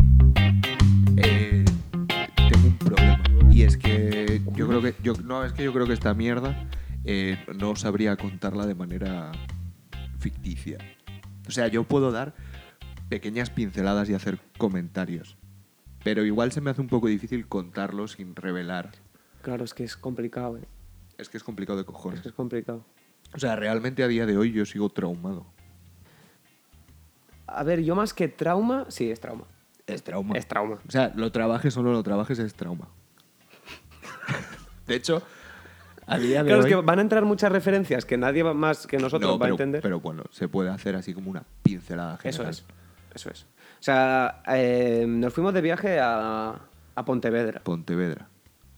Eh, tengo un problema. Y es que yo creo que. Yo, no, es que yo creo que esta mierda eh, no sabría contarla de manera ficticia. O sea, yo puedo dar pequeñas pinceladas y hacer comentarios. Pero igual se me hace un poco difícil contarlo sin revelar.
Claro, es que es complicado, eh.
Es que es complicado de
Es que
cojones.
es complicado.
O sea, realmente a día de hoy yo sigo traumado.
A ver, yo más que trauma, sí, es trauma.
Es trauma.
Es trauma.
O sea, lo trabajes o no lo trabajes es
(laughs)
trauma. de hecho, a día de
Claro, es
hoy-
que van a entrar muchas referencias que nadie va- más que nosotros
¿eh? No,
va a
pero,
entender.
pero bueno, se puede hacer así como una pincelada
Eso
general.
es. Eso es. O sea, eh, nos fuimos de viaje a, a Pontevedra,
Pontevedra,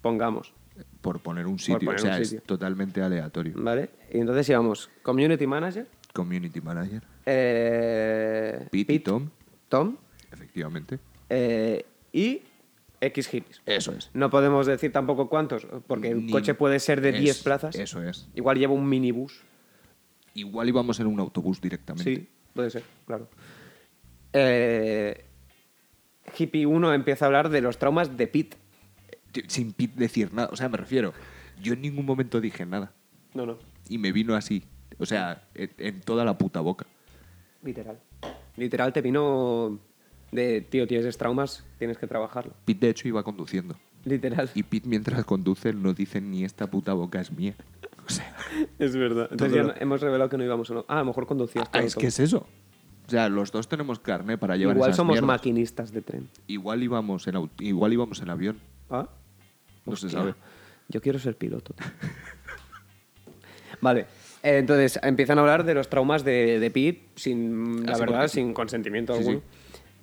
pongamos,
por poner un sitio.
poner
o sea,
un
es
sitio.
totalmente aleatorio.
¿vale? Y entonces íbamos Community Manager,
Community manager,
eh,
Pete y Tom,
Tom
efectivamente.
eh, y X hippies.
Eso es.
No podemos decir tampoco cuántos, porque el
Ni-
coche puede ser de
es-
10 plazas.
Eso es.
Igual lleva un minibús.
Igual íbamos en un autobús directamente.
Sí, puede ser, claro. Eh, hippie 1 empieza a hablar de los traumas de Pete.
tío, sin pi- decir nada. O sea, me refiero, yo en ningún momento dije nada.
No, no.
Y me vino así. O sea, en, en toda la puta boca.
Literal. Literal te vino de, tío, tienes traumas, tienes que trabajarlo.
Pete, de hecho, iba conduciendo.
Literal.
Y Pete, mientras conduce, no dice ni esta puta boca es mía. O sea,
Es verdad. Entonces
Todo
ya
lo-
no- hemos revelado que no íbamos a... no- Ah, a lo mejor conducías.
ah,
todo,
es
todo.
que es eso. O sea, los dos tenemos carne para llevar
Igual
esas
somos
mierdas.
maquinistas de tren.
Igual íbamos en, au- igual íbamos en avión.
Ah,
No se
hostia.
sabe.
Yo quiero ser piloto. (laughs) vale. eh, Entonces empiezan a hablar de los traumas de, de Pete, sin, la
Así
verdad,
porque Ah, sí.
sin consentimiento
Sí,
alguno.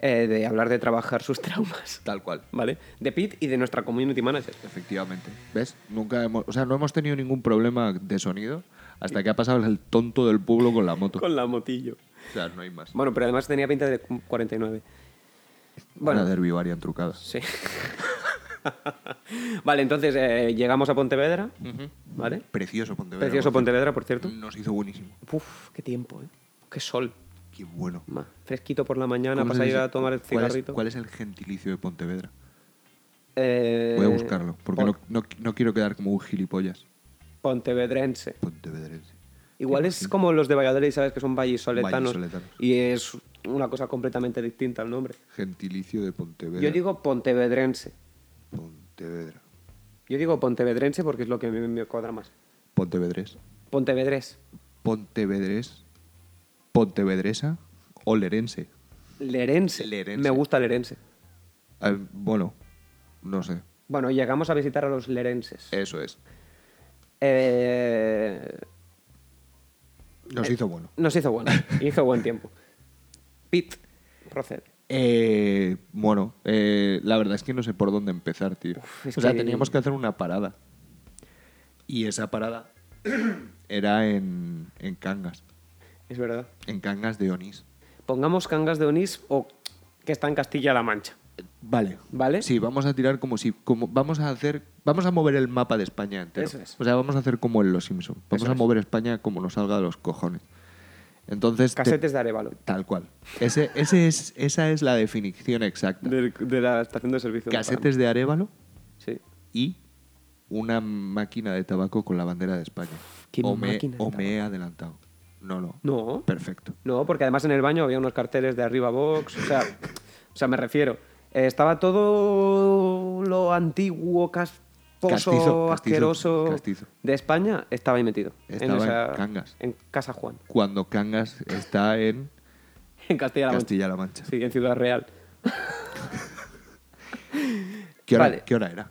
eh, de hablar de trabajar sus (laughs) traumas.
Tal cual.
¿Vale? De Pete y de nuestra community manager.
Efectivamente. ¿Ves? Nunca hemos, o sea, no hemos tenido ningún problema de sonido hasta que ha pasado el tonto del pueblo con la moto.
Con la motillo.
O sea, no hay más.
Bueno, pero además tenía pinta de 49.
Una
Bueno,
derbi varian trucada.
sí. (laughs) vale, entonces eh, llegamos a Pontevedra. ¿Vale?
Precioso Pontevedra.
Precioso
por
Pontevedra, por
cierto.
cierto.
Nos hizo buenísimo.
Uf, qué tiempo, ¿eh? Qué sol.
Qué bueno.
Ma, Fresquito por la mañana,
¿Cómo
para
se
salir
dice?
a tomar el
¿Cuál es-
cigarrito.
¿Cuál es, el gentilicio de Pontevedra?
Eh,
Voy a buscarlo, porque
pon-
no, no- no quiero quedar como un gilipollas.
Pontevedrense.
Pontevedrense.
Igual es como los de Valladolid, ¿sabes? Que son vallisoletanos.
Vallisoletanos.
Y es una cosa completamente distinta al nombre.
Gentilicio de Pontevedra.
Yo digo pontevedrense.
Pontevedra.
Yo digo pontevedrense porque es lo que me, me cuadra más.
Pontevedrés.
Pontevedrés.
Pontevedrés. Pontevedresa o lerense.
Lerense.
Lerense.
Me gusta lerense.
Ah, bueno, no sé.
Bueno, llegamos a visitar a los lerenses.
Eso es.
Eh,
Nos hizo bueno.
nos hizo (laughs) bueno. hizo buen tiempo. Pit. Procede.
Eh, bueno, eh, la verdad es que no sé por dónde empezar, tío.
Uf, es
o sea,
que-
teníamos que hacer una parada. Y esa parada (clears throat) era en, en Cangas.
Es verdad.
En Cangas de Onís.
Pongamos Cangas de Onís o que está en Castilla-La Mancha.
Vale.
¿Vale?
Sí, vamos a tirar como si. Como, vamos a hacer. Vamos a mover el mapa de España entero.
Eso es.
O sea, vamos a hacer como en Los Simpsons. Vamos
Eso
a
es.
mover España como nos salga de los cojones. Entonces. te-
Casetes de Arevalo.
Tal cual. Ese, ese es, esa es la definición exacta.
De, la estación de servicio.
Casetes de Arevalo
Sí.
y una máquina de tabaco con la bandera de España.
¿Qué
o me,
máquina de
o me he adelantado. No, no.
No.
Perfecto.
No, porque además en el baño había unos carteles de arriba box. O sea, o sea me refiero. eh, estaba todo lo antiguo, casposo,
Castizo, castizo,
asqueroso
castizo.
de España, estaba ahí metido.
Estaba en Cangas.
En Casa Juan,
Cuando Cangas está en
en Castilla-La Mancha.
Castilla-La Mancha.
Sí, en Ciudad Real.
¿Qué, hora,
Vale.
qué hora era?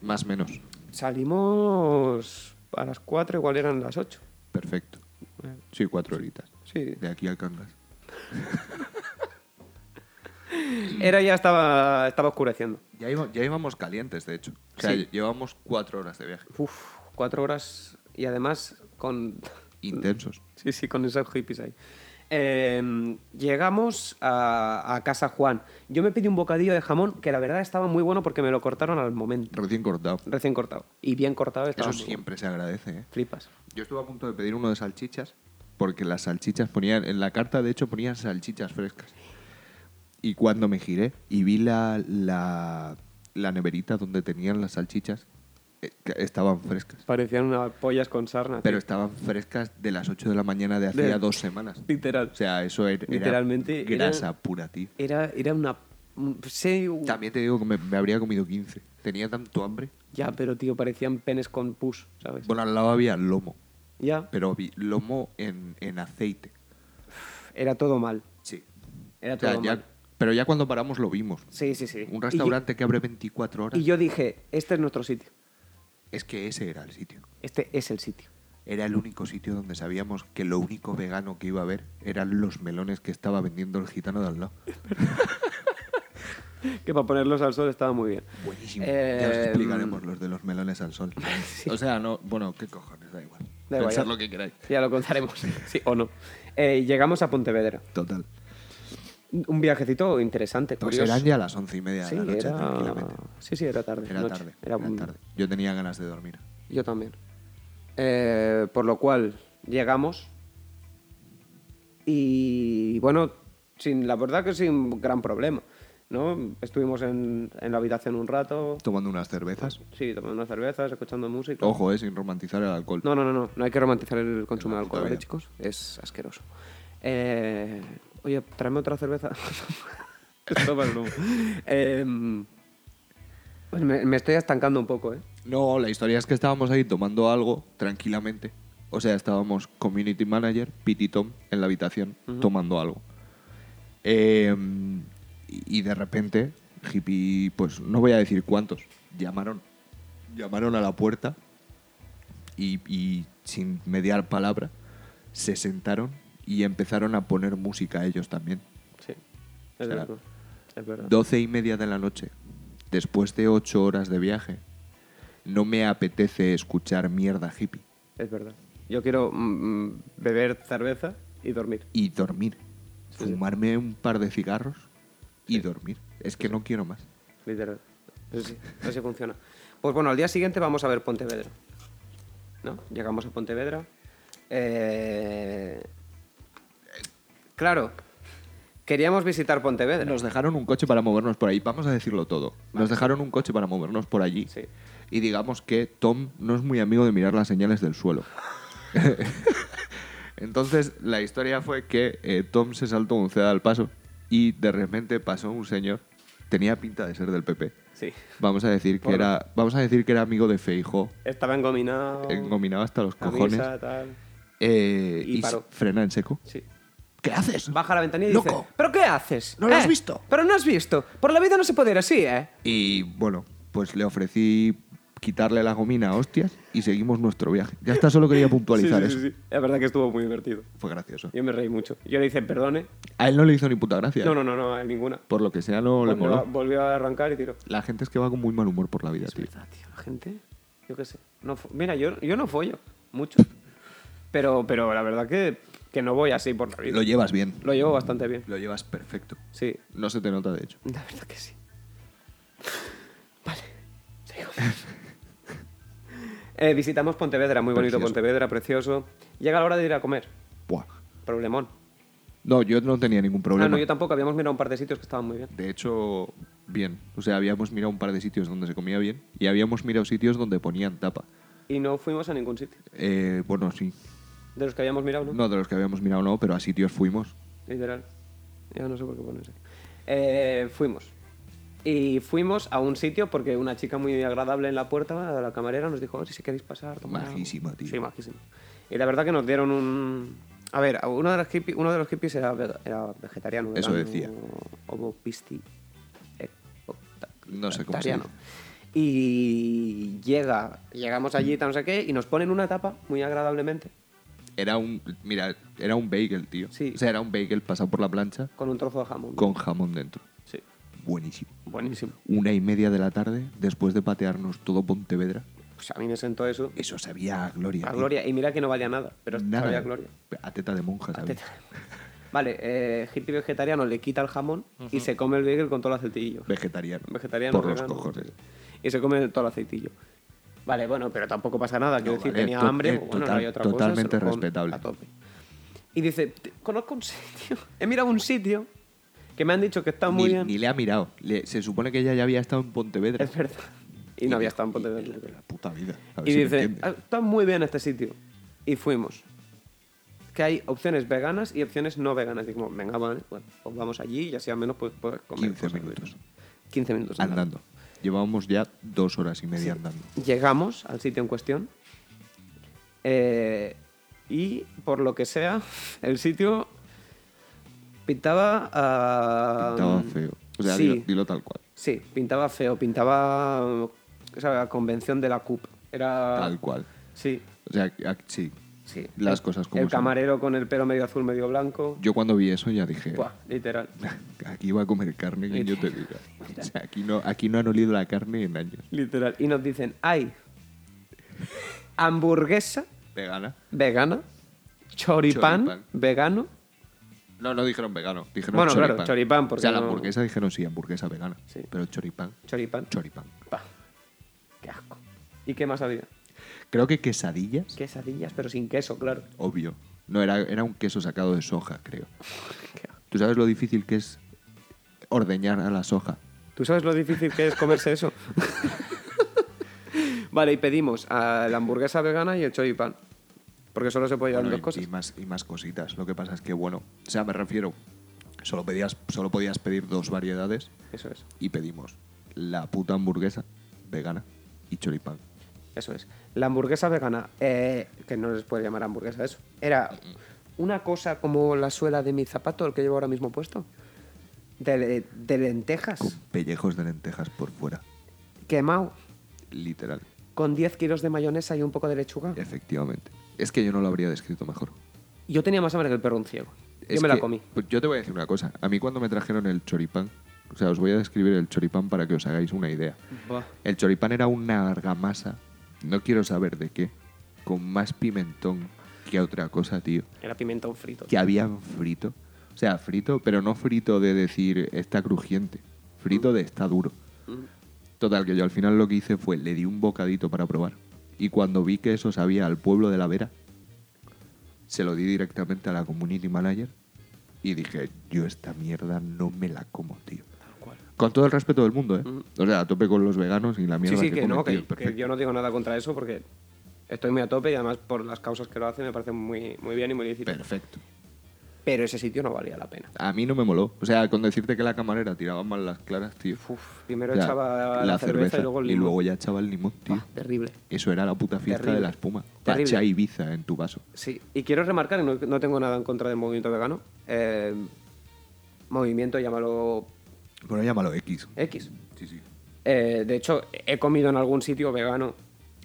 Más o menos.
Salimos a las 4, igual eran las 8.
Perfecto. Sí, cuatro horitas.
Sí.
De aquí al Cangas.
Era ya estaba, estaba oscureciendo.
Ya, iba- ya íbamos calientes, de hecho. O sea,
Sí.
llevamos cuatro horas de viaje.
Uf, cuatro horas y además con... (laughs)
Intensos.
Sí, sí, con esos hippies ahí. Eh, llegamos a, a Casa Juan. Yo me pedí un bocadillo de jamón que la verdad estaba muy bueno porque me lo cortaron al momento.
Recién cortado.
Recién cortado. Y bien cortado estaba.
Eso
muy bueno.
siempre se agradece, ¿eh?
Flipas.
Yo estuve a punto de pedir uno de salchichas, porque las salchichas ponían, en la carta de hecho ponían salchichas frescas. Y cuando me giré y vi la, la, la neverita donde tenían las salchichas, eh, que estaban frescas.
Parecían unas pollas con sarna.
Pero
tío.
estaban frescas de las 8 de la mañana de hacía
De-
dos semanas.
Literal.
O sea, eso era, era
Literalmente era-
grasa pura, tío.
Era, era una... un- Sí, un-
También te digo que me, me habría comido 15. Tenía tanto hambre.
Ya, pero tío, parecían penes con pus, ¿sabes?
Bueno, al lado había lomo,
Ya,
pero vi lomo en, en aceite.
era todo mal.
Sí.
Era
O sea,
todo
ya-
mal.
pero ya cuando paramos lo vimos.
Sí, sí, sí.
Un restaurante que abre 24 horas.
Y yo dije, este es nuestro sitio.
Es que ese era el sitio.
Este es el sitio. (laughs)
Era el único sitio donde sabíamos que lo único vegano que iba a haber eran los melones que estaba vendiendo el gitano de al lado.
Que para ponerlos al sol estaba muy bien.
Buenísimo.
Eh,
ya os explicaremos los de los melones al
(laughs)
sol. O sea, no, bueno, qué cojones, da igual.
Da igual,
Pensad
ya.
lo que queráis.
Ya lo contaremos, (laughs) sí o no. Eh, llegamos a Pontevedra.
Total.
Un viajecito interesante,
Pues
curioso.
eran ya las once y media de
sí,
la noche,
era-
tranquilamente.
sí, sí, era tarde.
Era
noche.
tarde,
Era-
era tarde. Yo tenía ganas de dormir.
Yo también. Eh, por lo cual, llegamos. Y bueno, sin, la verdad que sin gran problema. ¿no? Estuvimos en, en la habitación un rato,
Tomando unas cervezas.
sí, tomando unas cervezas, escuchando música.
Ojo, eh, sin romantizar el alcohol.
No, no, no, no, no hay que romantizar el consumo de
puta
alcohol, ¿vale,
vida.
chicos? Es asqueroso. Eh, oye, tráeme otra cerveza. (laughs) Esto para el grupo. Em, pues me, me estoy estancando un poco, ¿eh?
No, la historia es que estábamos ahí tomando algo tranquilamente. O sea, estábamos community manager, Pete y Tom, en la habitación tomando algo. Eh, y y de repente, hippie, pues no voy a decir cuántos, llamaron. Llamaron a la puerta y, y sin mediar palabra, se sentaron y empezaron a poner música ellos también.
Sí.
O
Es
sea,
verdad. Es verdad.
Doce y media de la noche, después de ocho horas de viaje, no me apetece escuchar mierda hippie
Es verdad. Yo quiero mm, mm, beber cerveza y dormir.
y dormir.
Sí, sí.
Fumarme un par de cigarros y dormir. Es que no quiero más.
Literal. Así, así funciona. Pues bueno, al día siguiente vamos a ver Pontevedra. ¿No? Llegamos a Pontevedra. Eh, Claro. Queríamos visitar Pontevedra.
Nos dejaron un coche para movernos por ahí. Vamos a decirlo todo. Nos dejaron un coche para movernos por allí.
Sí.
Y digamos que Tom no es muy amigo de mirar las señales del suelo. (laughs) Entonces, la historia fue que eh, Tom se saltó un ceda al paso y de repente pasó un señor. Tenía pinta de ser del PP.
Sí.
Vamos a decir que
Por-
era, vamos a decir que era amigo de Feijo,
Estaba engominado.
engominado hasta los
camisa,
cojones.
tal.
eh,
Y
Oh. y
paró.
se- frena en seco.
Sí.
¿Qué haces?
Baja la ventanilla y
Loco.
dice... ¿Pero qué haces? Eh,
¿No lo has visto?
¿Pero no has visto? Por la vida no se puede ir así, ¿eh?
Y bueno, pues le ofrecí quitarle la gomina a hostias y seguimos nuestro viaje. Ya está, solo (laughs) quería puntualizar eso.
Es verdad que estuvo muy divertido.
Fue gracioso.
Yo me reí mucho. Yo le hice perdone.
A él no le hizo ni puta gracia.
No, no, no, no, ninguna.
Por lo que sea, no le
Volvió a-
moló.
volvió a arrancar y tiró.
La gente es que va con muy mal humor por la vida,
Es
tío.
verdad, tío, la gente. Yo qué sé. No fo- Mira, yo, yo no follo mucho. Pero, pero la verdad que, que no voy así por la vida.
Lo llevas bien.
Lo llevo bastante bien.
Lo llevas perfecto.
Sí,
No se te nota, de hecho.
la verdad que sí. Vale,
(laughs)
sigo. Eh, visitamos Pontevedra, muy bonito
Precioso.
Pontevedra, precioso. Llega la hora de ir a comer.
Buah.
Problemón.
No, yo no tenía ningún
Ah,
problema.
no, yo tampoco. Habíamos mirado un par de sitios que estaban muy bien.
De hecho, bien. O sea, habíamos mirado un par de sitios donde se comía bien y habíamos mirado sitios donde ponían tapa.
Y no fuimos a ningún sitio.
Eh, bueno, sí.
De los que habíamos mirado, ¿no?
No de los que habíamos mirado, no, pero a sitios fuimos.
Literal. Yo no sé por qué pones ahí. Eh, fuimos. Y fuimos a un sitio porque una chica muy agradable en la puerta, la camarera, nos dijo, "Oh, si queréis pasar, tomar algo".
Majísima, tío.
Sí, majísima. Y la verdad que nos dieron un... A ver, uno de los hippies, uno de los hippies era, vega- era vegetariano.
Eso
vegano,
decía.
Ovo pisti. eh, o- ta-
No sé cómo se
vegetariano. Y llega, llegamos allí, tal, no sé qué, y nos ponen una tapa, muy agradablemente,
Era un. Mira, era un bagel, tío.
Sí.
O sea, era un bagel pasado por la plancha
con un trozo de jamón.
con jamón dentro.
Sí,
Buenísimo.
buenísimo.
Una y media de la tarde, después de patearnos todo Pontevedra,
Pues a mí me sentó eso.
eso sabía a gloria.
A
tío.
Gloria, y mira que no valía nada, pero
Nada.
sabía a Gloria.
A teta de monja, sabía.
(laughs) Vale, eh, hippie vegetariano le quita el jamón y se come el bagel con todo el aceitillo.
Vegetariano.
Vegetariano,
Por los
vegano,
cojones.
Y se come todo el aceitillo. Vale, bueno, pero tampoco pasa nada. Quiero
No,
decir,
vale,
tenía
to-
hambre, pues,
eh,
bueno, no
total-
hay otra
totalmente
cosa. se lo come
respetable.
A tope. Y dice, "Te- conozco un (laughs) sitio. He mirado un sitio que me han dicho que está Ah, muy
Ni,
bien.
ni le ha mirado. Le- se supone que ella ya había estado en Pontevedra.
Es verdad. Y no había estado en Pontevedra.
En La puta vida. A ver
Y
si me
dice,
entiendes.
"Ah, está muy bien este sitio. Y fuimos. Que hay opciones veganas y opciones no veganas. Y como, venga, vale, bueno, pues vamos allí y así al menos pues, puedes comer.
15
cosas
minutos.
ricas". 15 minutos. andando.
andando. Llevábamos ya dos horas y media andando.
Llegamos al sitio en cuestión. eh, y por lo que sea, (laughs) el sitio pintaba... ah,
Estaba feo. O sea,
sí,
dilo, dilo tal cual.
sí, pintaba feo. Pintaba mm, esa convención de la CUP. Era...
Tal cual.
Sí,
O sea, a- sí.
Sí.
Las
El-
cosas como
El
son.
camarero con el pelo medio azul, medio blanco.
Yo cuando vi eso ya dije,
Buah, literal.
(laughs) aquí va a comer carne que
(laughs)
yo te diga. O sea, aquí no, aquí no han olido la carne en años.
Literal. Y nos dicen, hay hamburguesa
¿Vegana?
vegana, choripán,
Choripán.
vegano.
No, no dijeron vegano, dijeron
Bueno, claro,
choripán.
choripán, porque
o sea, la
no-
hamburguesa dijeron sí, hamburguesa vegana.
Sí.
Pero choripán,
Choripán.
choripán.
Bah, qué asco. ¿Y qué más había?
Creo que quesadillas,
Quesadillas, pero sin queso, claro.
obvio. No, era, era un queso sacado de soja, creo.
Qué asco.
¿Tú sabes lo difícil que es ordeñar a la soja.
¿Tú sabes lo difícil que es comerse
(laughs)
eso? vale, y pedimos a la hamburguesa vegana y el choripán. Porque solo se puede llevar
Bueno,
dos
y-
cosas.
Y más, y más cositas. Lo que pasa es que, bueno, o sea, me refiero, solo, pedías, solo podías pedir dos variedades
Eso es,
y pedimos la puta hamburguesa vegana y choripán.
eso es. La hamburguesa vegana, eh, que no les puede llamar hamburguesa eso, era una cosa como la suela de mi zapato, el que llevo ahora mismo puesto, de, le- de lentejas,
Con pellejos de lentejas por fuera.
quemado,
Literal.
con 10 kilos de mayonesa y un poco de lechuga.
Efectivamente. Es que yo no lo habría descrito mejor.
Yo tenía más hambre que el perro un ciego.
Es
Yo me la
que-
comí.
pues Yo te voy a decir una cosa. A mí cuando me trajeron el choripán, o sea, os voy a describir el choripán para que os hagáis una idea. El choripán era una argamasa, no quiero saber de qué, con más pimentón que otra cosa, tío,
Era pimentón frito.
que habían frito. O sea, frito, pero no frito de decir está crujiente, frito de está duro.
Mm,
Total, que yo al final lo que hice fue le di un bocadito para probar. Y cuando vi que eso sabía al pueblo de la Vera, se lo di directamente a la community manager y dije, yo esta mierda no me la como, tío. Con todo el respeto del mundo, ¿eh? O sea, a tope con los veganos y la
Sí,
mierda
sí, que
comen,
no, que,
tío,
que
perfecto.
yo no digo nada contra eso porque estoy muy a tope y además por las causas que lo hacen me parece muy, muy bien y muy lícito. Pero,
Perfecto.
ese sitio no valía la pena.
A mí no me moló. O sea, con decirte que la camarera tiraba mal las claras, tío.
Uf, primero
O sea,
echaba la, cerveza, y luego el limón.
ya echaba el limón, tío.
Ah, terrible.
Eso era la puta fiesta de
Terrible.
la espuma.
Terrible.
Pacha Ibiza en tu vaso.
Sí, y quiero remarcar, y no, no tengo nada en contra del movimiento vegano, eh, movimiento, llámalo
Bueno, llámalo X.
X.
Sí, sí.
Eh, de hecho, he comido en algún sitio vegano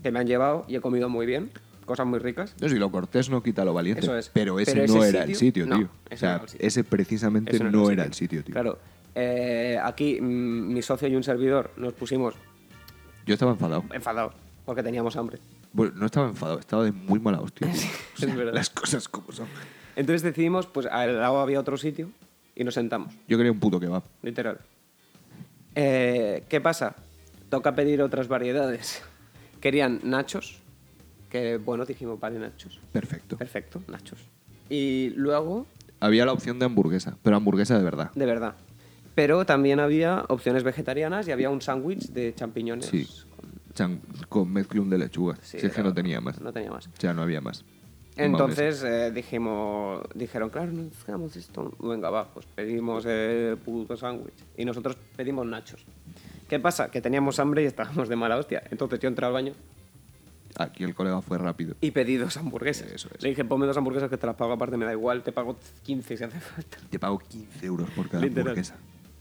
que me han llevado y he comido muy bien, cosas muy ricas.
No, si lo cortés no quita lo valiente.
Eso es.
Pero ese
Pero ese
no era el
sitio-
sitio,
no,
tío.
ese
o sea,
no era el sitio.
ese precisamente
Eso
no, era el sitio, tío.
Claro. Eh, aquí mm, mi socio y un servidor nos pusimos
Yo estaba enfadado.
enfadados porque teníamos hambre.
Bueno, no estaba enfadado, estaba de muy mala
(laughs)
hostia. tío. O sea,
es verdad.
Las cosas como son.
Entonces decidimos, pues al lado había otro sitio y nos sentamos,
Yo quería un puto kebab.
literal. Eh, ¿Qué pasa? Toca pedir otras variedades. (laughs) Querían nachos, que bueno, dijimos, vale, nachos.
Perfecto.
Perfecto, nachos. Y luego,
Había la opción de hamburguesa, pero hamburguesa de verdad.
de verdad. Pero también había opciones vegetarianas y había un sándwich de champiñones.
Sí. Chan- con mezclum de lechuga.
Sí,
si es que
era-
no tenía más.
No tenía más.
O sea, no había más.
Entonces eh, dijimos, dijeron, claro, no necesitamos esto. Venga, va, pues pedimos el puto sándwich. Y nosotros pedimos nachos. ¿Qué pasa? Que teníamos hambre y estábamos de mala hostia. Entonces yo entré al baño
Mames, Aquí el colega fue rápido.
y pedí dos hamburguesas.
Eso es.
Le dije, ponme dos hamburguesas que te las pago aparte, me da igual, te pago 15 si hace falta.
Te pago 15 euros por cada
Literal.
hamburguesa.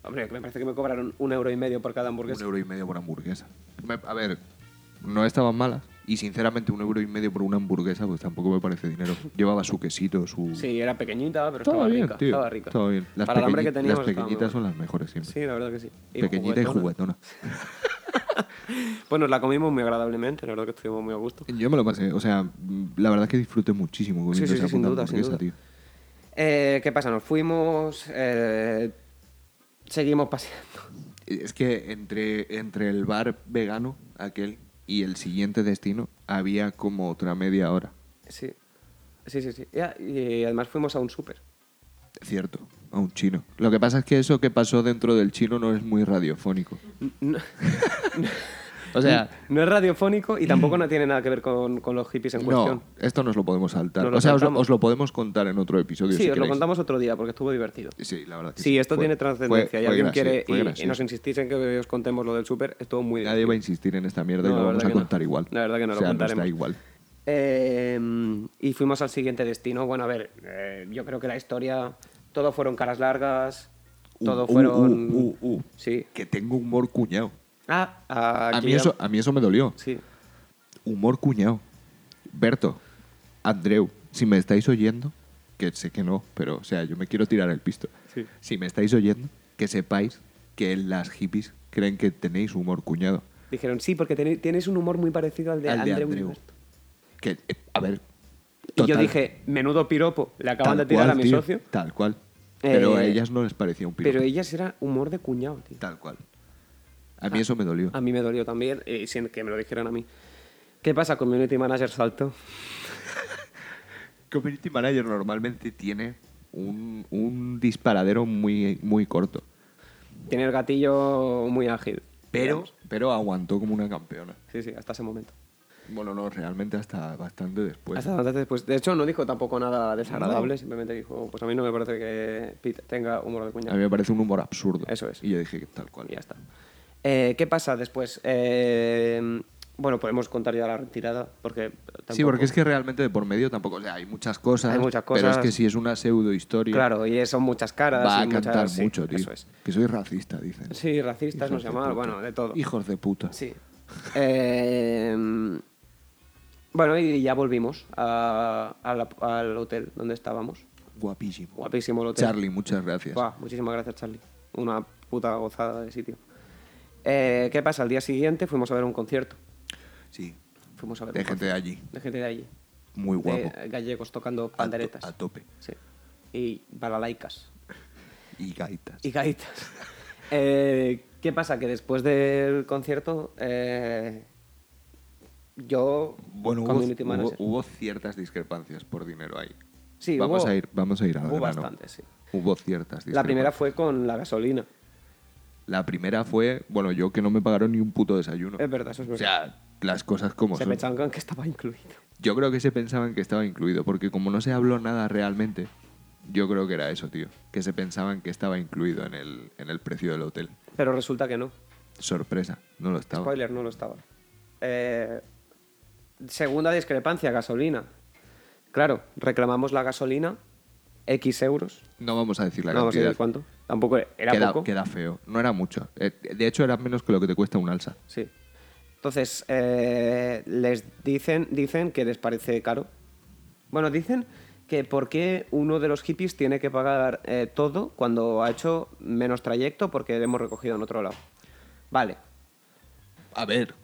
Hombre, que me parece que me cobraron un euro y medio por cada
Un
hamburguesa.
euro y medio por hamburguesa. Me- a ver, no estaban malas. Y sinceramente, un euro y medio por una hamburguesa, pues tampoco me parece dinero. Llevaba su quesito, su.
Sí, era pequeñita, pero
estaba
estaba,
bien,
rica,
tío.
estaba rica.
Estaba bien. Las,
Para el hambre
pequeñi-
que teníamos
las
estaba muy
pequeñitas
buena.
son las mejores siempre.
Sí, la verdad que sí. Y
Pequeñita y
juguetona.
juguetona.
Pues nos la comimos muy agradablemente, la verdad que estuvimos muy a gusto.
Yo me lo pasé. O sea, mm, la verdad es que disfruté muchísimo comiendo
Sí, sí,
esa
sí, sin
puta
duda, sin
hamburguesa, tío.
duda. Eh, ¿Qué pasa? Nos fuimos, eh, seguimos paseando. (laughs)
Es que entre, entre el bar vegano, aquel, y el siguiente destino, había como otra media hora.
Sí, sí, sí. sí. Ya, y además fuimos a un súper.
Cierto, a un chino. Lo que pasa es que eso que pasó dentro del chino no es muy radiofónico.
(laughs) No,
O sea,
no es radiofónico y tampoco no tiene nada que ver con, con los hippies en
no,
cuestión.
esto nos lo podemos saltar.
Nos lo
o sea, os lo,
saltamos.
os lo podemos contar en otro episodio.
sí,
si
os lo
queréis.
contamos otro día porque estuvo divertido.
Sí, la verdad. que
Sí, esto
Fue-
tiene
fue-
trascendencia
fue
y alguien
gracioso,
quiere
fue
y- y,
gracioso.
nos insistís en que os contemos lo del súper, estuvo muy
Nadie
divertido.
va a insistir en esta mierda y
No, la
lo vamos
verdad
a
que no.
contar igual.
La verdad que no
o
lo
sea, nos da
contaremos.
igual.
Eh, y fuimos al siguiente destino. Bueno, a ver, eh, yo creo que la historia, todo fueron caras largas,
Uh,
todo
uh,
fueron...
uh, uh, uh.
Sí.
Que tengo humor cuñado.
Ah, aquí
A mí,
ya-
eso, a mí eso me dolió.
Sí.
Humor cuñado. Berto, Andreu, si me estáis oyendo, que sé que no, pero o sea, yo me quiero tirar el pisto.
Sí.
Si me estáis oyendo, que sepáis que las hippies creen que tenéis humor cuñado.
Dijeron, sí, porque tenéis- tienes un humor muy parecido al de
al de
Andreu.
Andreu.
Humberto".
Que, eh, a ver.
Y yo
total,
dije, menudo piropo, le acaban
tal
de tirar
cual,
a mi
tío,
socio.
Tal cual. Pero a
Eh,
ellas no les parecía un piropo.
Pero ellas era humor de cuñado, tío.
Tal cual. A mí eso me dolió.
Ah. A mí me dolió también, y sin que me lo dijeran a mí. ¿Qué pasa? Community Manager saltó.
Community Manager normalmente tiene un, un disparadero muy, muy corto.
Tiene el gatillo muy ágil.
Pero,
digamos.
pero aguantó como una campeona.
Sí, sí, hasta ese momento.
Bueno, no, realmente hasta bastante después.
Hasta bastante después. De hecho, no dijo tampoco nada desagradable,
No.
simplemente dijo, pues a mí no me parece que Pete tenga humor de cuña.
A mí me parece un humor absurdo.
Eso es.
Y yo dije que tal cual.
Y ya está. Eh, ¿Qué pasa después? Eh, bueno, podemos contar ya la retirada, porque...
Sí,
tampoco-
porque es que realmente de por medio tampoco. O sea, hay muchas cosas.
Hay muchas
Pero es
cosas.
que si es una pseudo historia.
Claro, y son muchas caras.
Va a
y
cantar
muchas- sí,
mucho, tío.
Eso es.
Que soy racista, dicen.
Sí, racistas, no
Hijos
sé
de
mal,
puta.
bueno, de todo.
Hijos de puta.
Sí. Eh, bueno, y ya volvimos a- a la- al hotel donde estábamos.
Guapísimo.
Guapísimo el hotel.
Charlie, muchas gracias.
Buah, muchísimas gracias, Charlie. Una puta gozada de sitio. Eh, ¿Qué pasa? Al día siguiente fuimos a ver un concierto.
Sí.
Fuimos a ver
De
un
gente de allí.
concierto de gente de allí.
Muy guapo.
De gallegos tocando
A to-
panderetas.
a tope.
Sí. Y balalaicas.
Y gaitas.
Y gaitas. (laughs) Eh, ¿Qué pasa? Que después del concierto, eh, yo,
Bueno, hubo,
community
hubo-
manager,
hubo ciertas discrepancias por dinero ahí.
Sí,
vamos
hubo-
a ir, vamos a ir a
hubo bastante, sí.
Hubo ciertas discrepancias.
La primera fue con la gasolina.
La primera fue, bueno, yo que no me pagaron ni un puto desayuno.
Es verdad, eso es
o
verdad.
sea, las cosas como
Se
son.
pensaban que estaba incluido.
Yo creo que se pensaban que estaba incluido, porque como no se habló nada realmente, yo creo que era eso, tío. Que se pensaban que estaba incluido en el, en el precio del hotel.
Pero resulta que no.
Sorpresa, no lo estaba.
Spoiler, no lo estaba. Eh, segunda discrepancia, gasolina. Claro, reclamamos la gasolina, X euros.
No vamos a decir la
no vamos a
cantidad.
decir cuánto. Tampoco era era
queda,
poco.
queda feo. No era mucho. Eh, De hecho, era menos que lo que te cuesta un alza.
Sí. Entonces, eh, les dicen, dicen que les parece caro. Bueno, dicen que por qué uno de los hippies tiene que pagar eh, todo cuando ha hecho menos trayecto porque le hemos recogido en otro lado. Vale,
A ver,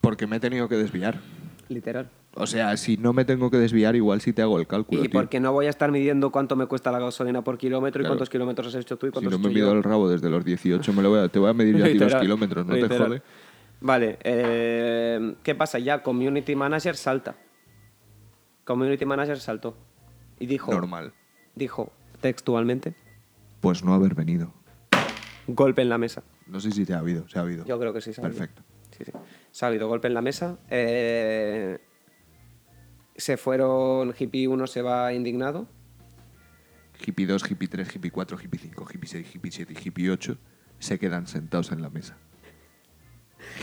porque me he tenido que desviar.
literal.
O sea, si no me tengo que desviar, igual sí te hago el cálculo.
Y
tío.
porque no voy a estar midiendo cuánto me cuesta la gasolina por kilómetro y
Claro.
cuántos kilómetros has hecho tú y
Si
cuántos
no
he
me
hecho yo.
mido el rabo desde los 18, me lo voy a, te voy a medir yo a ti los
Literal,
kilómetros, no te
literal.
jode.
Vale, eh, ¿qué pasa? Ya Community Manager salta. Community Manager saltó. Y dijo,
Normal.
dijo textualmente,
Pues no haber venido.
golpe en la mesa.
No sé si te ha habido, se ha habido.
Yo creo que sí. se ha habido.
Perfecto.
Sí, sí. Se ha habido golpe en la mesa. eh, se fueron, hippie uno se va indignado.
Hippie 2, hippie 3, hippie 4, hippie 5, hippie 6, hippie 7 y hippie 8 se quedan sentados en la mesa.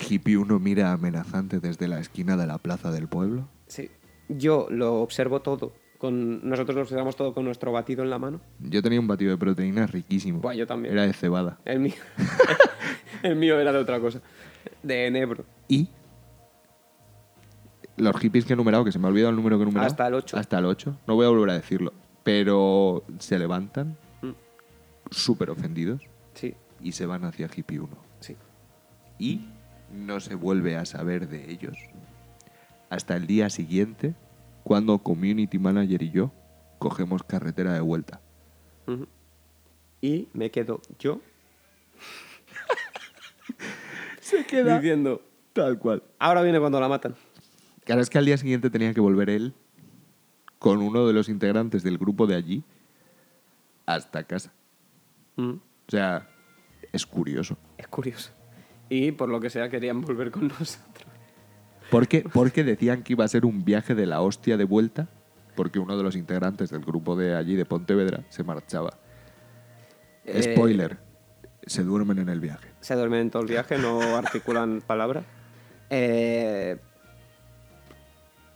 Hippie 1 mira amenazante desde la esquina de la plaza del pueblo.
Sí. Yo lo observo todo. Con, nosotros lo observamos todo con nuestro batido en la mano.
Yo tenía un batido de proteínas riquísimo.
Buah, yo también.
Era de cebada.
El mío, (laughs) el mío era de otra cosa. De enebro.
Y los hippies que he numerado, que se me ha olvidado el número que he numerado.
Hasta el ocho.
Hasta el 8. No voy a volver a decirlo. Pero se levantan
Mm.
súper ofendidos
Sí,
y se van hacia hippie 1.
sí.
y no se vuelve a saber de ellos hasta el día siguiente, cuando Community Manager y yo cogemos carretera de vuelta.
Ujú. Y me quedo (laughs) yo
Se
diciendo,
tal cual.
ahora viene cuando la matan.
Claro, es que al día siguiente tenía que volver él con uno de los integrantes del grupo de allí hasta casa.
Ujú.
O sea, es curioso.
Es curioso. Y por lo que sea querían volver con (laughs) nosotros.
Porque, porque decían que iba a ser un viaje de la hostia de vuelta, porque uno de los integrantes del grupo de allí, de Pontevedra, se marchaba.
Eh,
Spoiler, se duermen en el viaje.
Se duermen en todo el viaje, (laughs) no articulan palabra. Eh,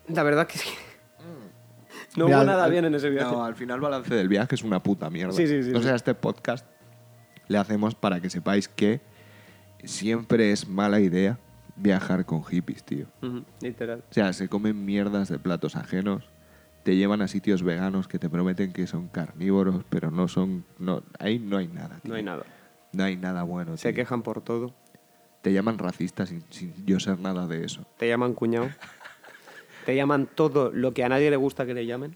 la verdad que es que no
Mira,
hubo
al-
nada
al-
bien en ese viaje.
No, al final balance del viaje es una puta mierda.
Sí, sí, sí,
o sea,
sí.
este podcast le hacemos para que sepáis que siempre es mala idea viajar con hippies, tío.
Ujú, Literal.
O sea, se comen mierdas de platos ajenos, te llevan a sitios veganos que te prometen que son carnívoros, pero no son... No, ahí no hay nada, tío.
No hay nada.
No hay nada bueno,
Se
tío.
quejan por todo.
Te llaman racista sin, sin yo ser nada de eso.
Te llaman cuñado. Te llaman todo lo que a nadie le gusta que le llamen.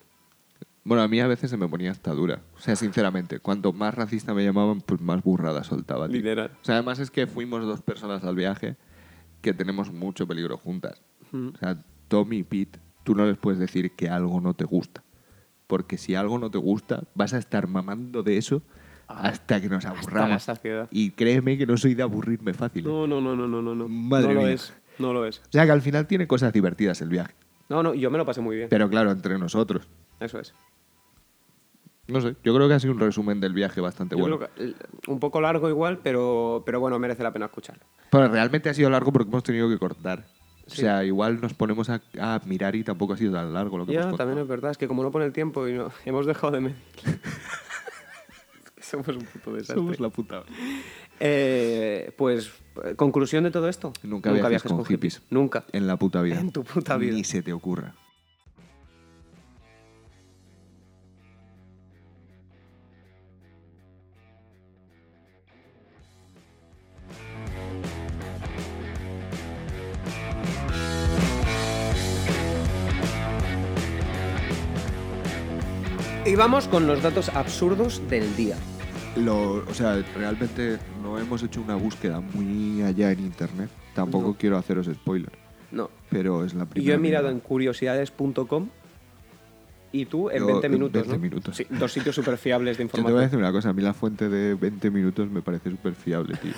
Bueno, a mí a veces se me ponía hasta dura. O sea, sinceramente, cuanto más racista me llamaban, pues más burrada soltaba. tío.
Literal.
O sea, además es que fuimos dos personas al viaje que tenemos mucho peligro juntas.
Ujú.
O sea, Tommy y Pete, tú no les puedes decir que algo no te gusta. Porque si algo no te gusta, vas a estar mamando de eso hasta que nos
Ah, Hasta la
aburramos.
saciedad.
Y créeme que no soy de aburrirme fácil. ¿eh?
No, no, no, no, no, no, no.
Madre
no lo
mía.
es. No lo es.
O sea que al final tiene cosas divertidas el viaje.
No, no, yo me lo pasé muy bien.
Pero claro, entre nosotros.
Eso es.
No sé, yo creo que ha sido un resumen del viaje bastante
Yo
bueno.
creo que, eh, un poco largo igual, pero, pero bueno, merece la pena escucharlo.
Pero realmente ha sido largo porque hemos tenido que cortar.
Sí.
O sea, igual nos ponemos a, a mirar y tampoco ha sido tan largo lo que
Ya,
hemos contado.
también es verdad, es que como no pone el tiempo y no, hemos dejado de medir. (laughs) Somos un puto desastre.
Somos la puta.
Eh, pues, eh, conclusión de todo esto.
Nunca viajes con hippies.
Nunca.
En la puta vida.
En tu puta vida.
Ni se te ocurra.
Y vamos con los datos absurdos del día.
Lo, o sea, realmente no hemos hecho una búsqueda muy allá en internet. Tampoco
No.
quiero haceros spoiler,
No.
pero es la
Y
primera.
yo he mirado en
mierda.
curiosidades.com y tú en
Yo
20
en
minutos.
20
¿no?
minutos.
Sí,
(laughs)
dos sitios súper fiables de
Yo te voy a
información.
decir una cosa, a mí la fuente de 20 minutos me parece súper fiable, tío.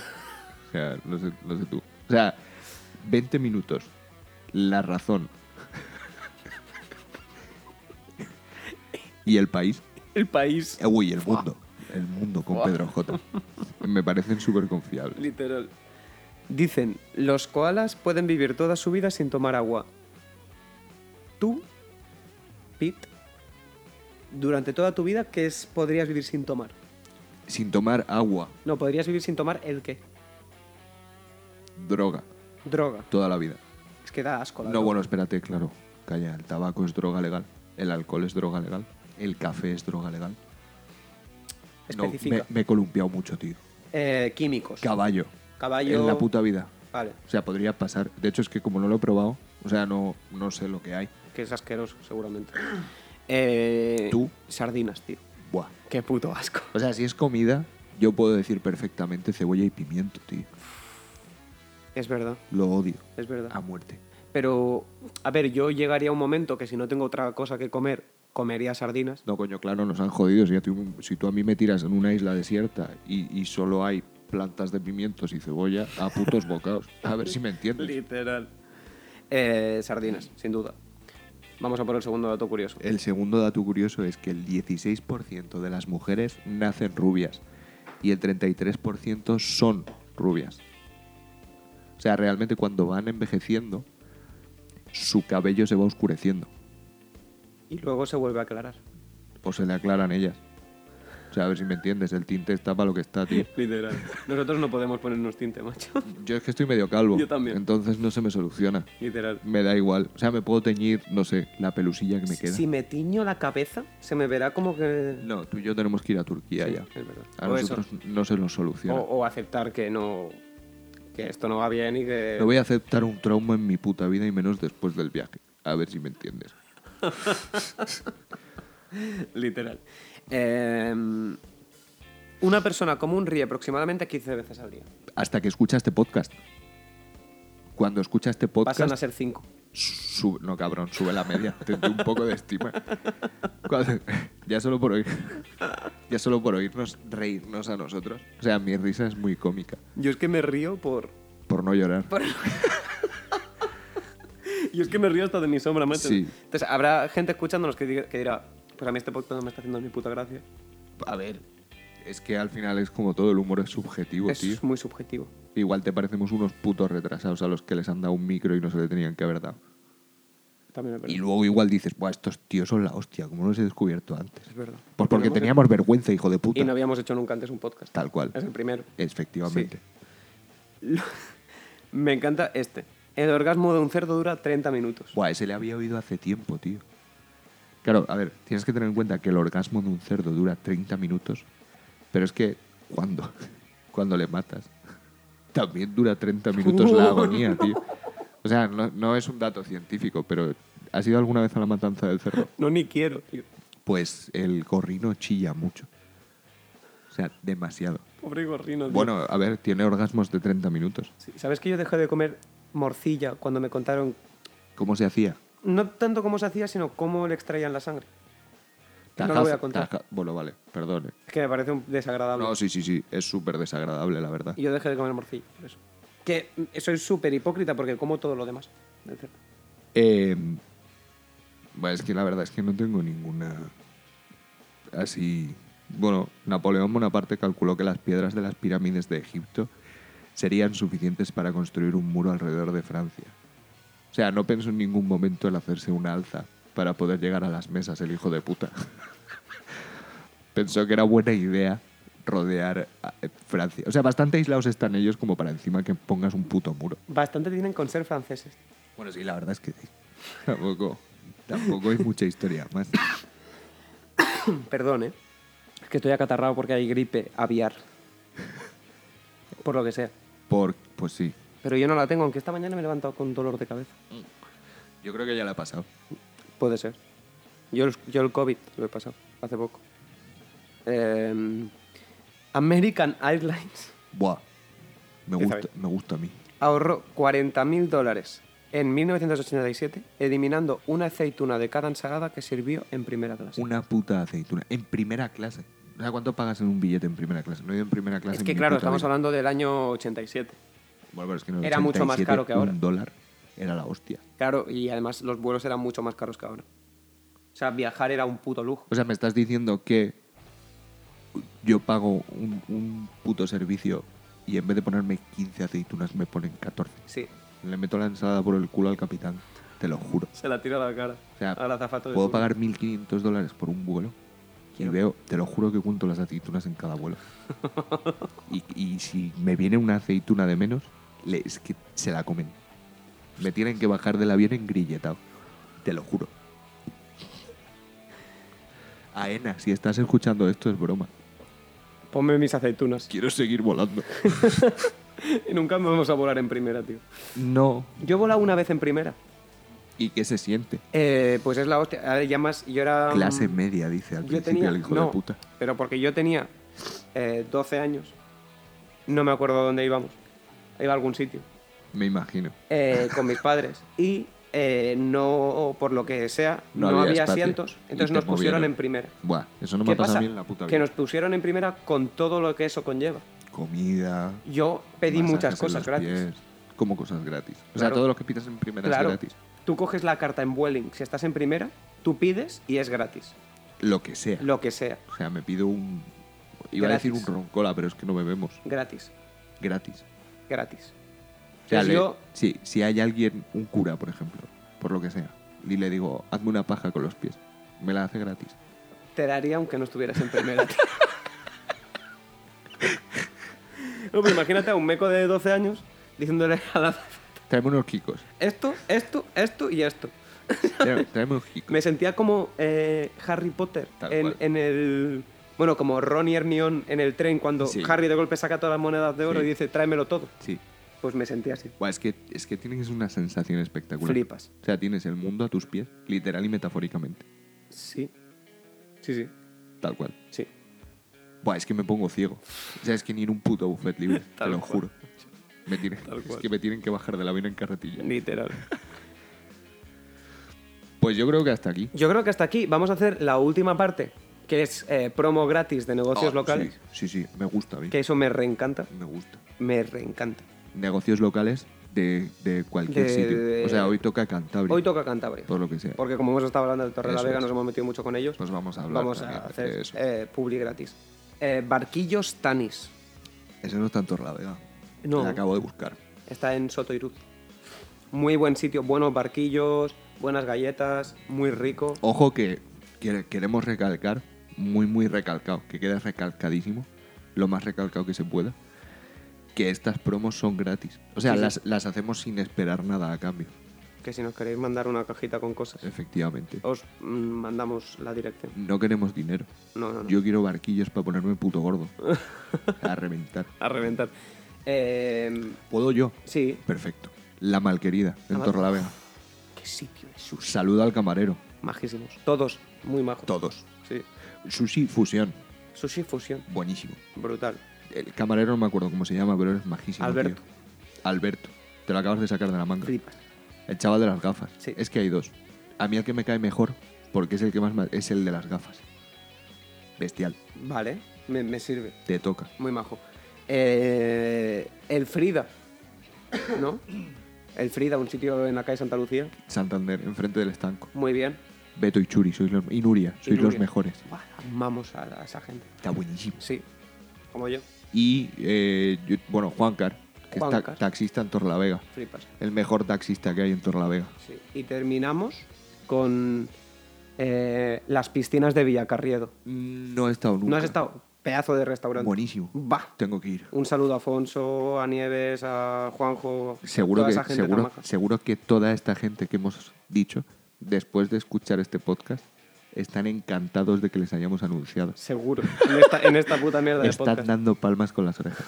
O sea, no sé, no sé tú. O sea, 20 minutos. La razón. y el país.
El país,
Eh, Uy, el mundo. El mundo con
Buah.
Pedro J. Me parecen súper confiables.
literal. Dicen, los koalas pueden vivir toda su vida sin tomar agua. Tú, Pete, durante toda tu vida, ¿qué es, podrías vivir sin tomar?
Sin tomar agua,
No, podrías vivir sin tomar el qué?
droga,
Droga.
toda la vida.
Es que da asco. la
No,
droga.
bueno, espérate, claro. Calla, el tabaco es droga legal, el alcohol es droga legal, el café es droga legal. No,
Especifica.
me, me he columpiado mucho, tío.
Eh, químicos.
Caballo.
Caballo.
En la puta vida.
Vale,
O sea, podría pasar. De hecho, es que como no lo he probado, o sea, no, no sé lo que hay.
que es asqueroso, seguramente. Eh,
Tú.
Sardinas, tío.
Buah.
Qué puto asco.
O sea, si es comida, yo puedo decir perfectamente cebolla y pimiento, tío.
Es verdad,
Lo odio.
es verdad.
A muerte.
Pero, a ver, yo llegaría a un momento que si no tengo otra cosa que comer, comería sardinas.
No, coño, claro, nos han jodido. Si, a ti- si tú a mí me tiras en una isla desierta y, y solo hay plantas de pimientos y cebolla, a putos bocados. A ver si me entiendes.
(laughs) Literal. Eh, sardinas, sin duda. Vamos a por el segundo dato curioso.
El segundo dato curioso es que el 16% de las mujeres nacen rubias y el 33% son rubias. O sea, realmente cuando van envejeciendo, su cabello se va oscureciendo
Y luego se vuelve a aclarar.
o se le aclaran ellas. O sea, a ver si me entiendes, el tinte está para lo que está,
(laughs)
tío.
Literal. Nosotros no podemos ponernos tinte, macho.
Yo es que estoy medio calvo.
Yo también.
Entonces no se me soluciona.
Literal.
Me da igual. O sea, me puedo teñir, no sé, la pelusilla que me queda.
Si me tiño la cabeza, se me verá como que...
No, tú y yo tenemos que ir a Turquía
Sí,
ya.
es verdad.
A
O eso.
nosotros no se nos
O,
soluciona.
o aceptar que no... Que esto no va bien y que...
No voy a aceptar un trauma en mi puta vida y menos después del viaje. A ver si me entiendes.
Literal. Eh, una persona común ríe aproximadamente 15 veces al día.
Hasta que escucha este podcast. Cuando escucha este podcast,
Pasan a ser 5.
sube- no cabrón, sube la media. Tente un poco de estima. Cuando- ya solo por oír, ya solo por oírnos reírnos a nosotros. O sea, mi risa es muy cómica.
Yo es que me río por... (laughs)
Por no llorar.
Yo es que me río hasta de mi sombra, macho.
Sí.
Entonces, habrá gente escuchándonos que, diga- que dirá, pues a mí este podcast no me está haciendo ni puta gracia.
A ver. Es que al final es como todo, el humor es subjetivo,
Eso
tío.
es muy subjetivo.
Igual te parecemos unos putos retrasados a los que les han dado un micro y no se le tenían que haber dado.
También es verdad.
Y luego igual dices, Buah, estos tíos son la hostia, ¿cómo no los he descubierto antes?
Es verdad.
Pues porque
Tenemos que-
teníamos vergüenza, hijo de puta.
Y no habíamos hecho nunca antes un podcast.
Tal cual.
Es el primero.
Efectivamente.
Me encanta este. El orgasmo de un cerdo dura 30 minutos.
Buah, ese le había oído hace tiempo, tío. Claro, a ver, tienes que tener en cuenta que el orgasmo de un cerdo dura 30 minutos, pero es que cuando, (laughs) cuando le matas, también dura 30 minutos la agonía, tío. O sea, no, no es un dato científico, pero ¿has ido alguna vez a la matanza del cerdo?
No, ni quiero, tío.
Pues el gorrino chilla mucho. O sea, demasiado.
Pobre gorrino, tío.
Bueno, a ver, tiene orgasmos de 30 minutos.
Sí, ¿Sabes que yo dejé de comer morcilla cuando me contaron
¿Cómo se hacía?
no tanto cómo se hacía, sino cómo le extraían la sangre? No lo
Tajazo-
voy a contar.
taja- Bueno, vale, perdone.
Es que me parece un desagradable.
No, sí, sí, sí, es súper desagradable, la verdad.
Y yo dejé de comer morcilla por eso. Que mm, soy súper hipócrita porque como todo lo demás. del cerdo.
Eh, bueno, es que la verdad es que no tengo ninguna. Así. Bueno, Napoleón Bonaparte calculó que las piedras de las pirámides de Egipto serían suficientes para construir un muro alrededor de Francia. O sea, no pensó en ningún momento en hacerse una alza para poder llegar a las mesas el hijo de puta. (laughs) pensó que era buena idea rodear a eh, Francia. O sea, bastante aislados están ellos como para encima que pongas un puto muro.
Bastante tienen con ser franceses. (clears throat)
Bueno, sí, la verdad es que sí. (laughs) Tampoco, tampoco hay mucha historia más.
Perdón, ¿eh? Es que estoy acatarrado porque hay gripe aviar. (laughs) Por lo que sea.
Por, pues sí.
Pero yo no la tengo, aunque esta mañana me he levantado con dolor de cabeza.
Yo creo que ya la ha pasado.
Puede ser. Yo, el- yo el COVID lo he pasado hace poco. Eh, American Airlines
Buah. Me
Empieza
gusta, me gusta a mí.
ahorró 40.000 dólares en 1987 eliminando una aceituna de cada ensalada que sirvió en primera clase.
Una puta aceituna. En primera clase. O sea, ¿cuánto pagas en un billete en primera clase? No he ido en primera clase.
Es
en
que
mi
claro,
puta
estamos
vida.
hablando del año 87.
Bueno, pero es que en el
Era mucho más
87,
caro que ahora.
Un dólar era la hostia.
Claro, y además los vuelos eran mucho más caros que ahora. O sea, viajar era un puto lujo.
O sea, me estás diciendo que yo pago un, un puto servicio y en vez de ponerme 15 aceitunas me ponen 14.
Sí,
Le meto la ensalada por el culo al capitán. Te lo juro.
se la tira a la cara.
O sea,
al azafato de
puedo
turno.
pagar 1.500 dólares por un vuelo y
Quiero-
veo, te lo juro que cuento las aceitunas en cada
(laughs)
vuelo. y, y si me viene una aceituna de menos, le- es que se la comen. Me tienen que bajar del avión engrilletado. Te lo juro. Aena, si estás escuchando esto es broma.
Ponme mis aceitunas. (laughs)
Quiero seguir volando.
Y nunca vamos a volar en primera, tío.
No.
Yo he volado una vez en primera.
¿Y qué se siente?
Eh, pues es la hostia. A ver, ya más, yo era.
Clase
mm,
media, dice al
yo
principio
tenía,
el hijo
no,
de puta.
Pero porque yo tenía eh, 12 años. No me acuerdo dónde íbamos. Iba a algún sitio.
Me imagino.
eh,
(laughs)
con mis padres. Y eh, no, por lo que sea,
No
no,
había
había,
espacio.
asientos.
Y
Entonces
te
nos pusieron
movieron.
en primera.
Buah, eso no me
¿Qué
ha pasado
pasa?
a mí en la puta vida.
Que nos pusieron en primera con todo lo que eso conlleva.
comida.
Yo pedí
masajes
muchas
en
cosas
los
gratis.
pies, como cosas gratis. O sea,
Claro.
todo lo que pidas en primera
Claro.
es gratis.
Tú coges la carta en Vueling. Si estás en primera, tú pides y es gratis.
Lo que sea.
Lo que sea.
O sea, me pido un. Iba a
Gratis.
decir un roncola, pero es que no bebemos.
Gratis.
Gratis.
Gratis.
O sea,
Pues
le-
yo-
sí, si hay alguien, un cura, por ejemplo, por lo que sea, y le digo, hazme una paja con los pies, me la hace gratis.
Te daría aunque no estuvieras
(laughs)
en primera. no, pero imagínate a un meco de 12 años diciéndole a la
Tráeme unos
(laughs)
kikos.
esto, esto, esto y esto.
Tra- Tráeme unos kikos.
Me sentía como eh, Harry Potter
Tal
en,
cual.
en el. Bueno, como Ron y Hermione en el tren cuando
Sí.
Harry de golpe saca todas las monedas de oro
Sí.
y dice tráemelo todo.
Sí.
Pues me sentía así.
Buah, es que, es que tienes una sensación espectacular.
Flipas.
O sea, tienes el mundo a tus pies, literal y metafóricamente.
Sí. Sí, sí.
Tal cual.
Sí.
Buah, es que me pongo ciego. O sea, es que ni en un puto buffet
(laughs)
libre, te
Tal
lo
cual.
juro. Me tiene-
Tal
es
cual.
que me tienen que bajar del avión en carretilla. (laughs)
Literal.
Pues yo creo que hasta aquí.
Yo creo que hasta aquí vamos a hacer la última parte, que es eh, promo gratis de negocios
Ah,
locales.
Sí, sí, sí, me gusta a mí.
Que eso me reencanta.
Me gusta.
Me reencanta.
Negocios locales de, de cualquier
De-
sitio.
de-
O sea, hoy toca Cantabria.
Hoy toca Cantabria.
Por lo que sea.
Porque como hemos estado hablando de Torre de la
Eso
Vega,
es.
nos hemos metido mucho con ellos.
Pues vamos a hablar
Vamos a
también de
hacer
eso.
eh, publi gratis. Eh, barquillos Tanis.
Eso no es tanto la vega.
No.
La acabo de buscar.
Está en Soto Iruz. Muy buen sitio, buenos barquillos, buenas galletas, muy rico.
Ojo que, que queremos recalcar, muy, muy recalcado, que queda recalcadísimo, lo más recalcado que se pueda, que estas promos son gratis. O sea,
Sí, sí.
las, las hacemos sin esperar nada a cambio,
Que si nos queréis mandar una cajita con cosas,
efectivamente.
os mm, mandamos la dirección.
No queremos dinero.
No, no, no.
Yo quiero barquillos para ponerme puto gordo. A reventar.
A reventar. Eh,
¿Puedo yo?
sí.
Perfecto. La malquerida, en
mal-
Torrelavega.
Qué sitio es.
Saluda al camarero.
Majísimos. Todos, muy majos.
Todos.
Sí.
Sushi fusión.
Sushi fusión.
Buenísimo.
Brutal.
El camarero no me acuerdo cómo se llama, pero es majísimo.
Alberto.
tío. Alberto. Te lo acabas de sacar de la manga.
Flipas.
El chaval de las gafas.
Sí.
Es que hay dos. A mí el que me cae mejor, porque es el que más me- es el de las gafas. bestial.
Vale, me, me sirve.
Te toca.
Muy majo. Eh, el Frida, ¿no? El Frida, un sitio en la calle Santa Lucía.
Santander, enfrente del estanco.
Muy bien.
Beto y Churi, sois los, y Nuria, sois
Y
los
Nuria.
mejores.
Buah, amamos a, a esa gente.
Está buenísimo.
Sí, como yo.
Y, eh, yo- bueno, Juancar, que es ta-
Juancar.
taxista en Torlavega.
Flipas.
El mejor taxista que hay en Torlavega.
Sí. Y terminamos con eh, las piscinas de Villacarriedo.
Mm, No he estado nunca.
¿No has estado? Pedazo de restaurante.
Buenísimo.
Va.
Tengo que ir.
Un saludo a Afonso, a Nieves, a Juanjo.
Seguro
toda
que,
esa gente tan
seguro,
maja.
seguro que toda esta gente que hemos dicho, después de escuchar este podcast, están encantados de que les hayamos anunciado.
Seguro. En esta, en esta puta mierda de
Están
podcast.
dando palmas con las orejas.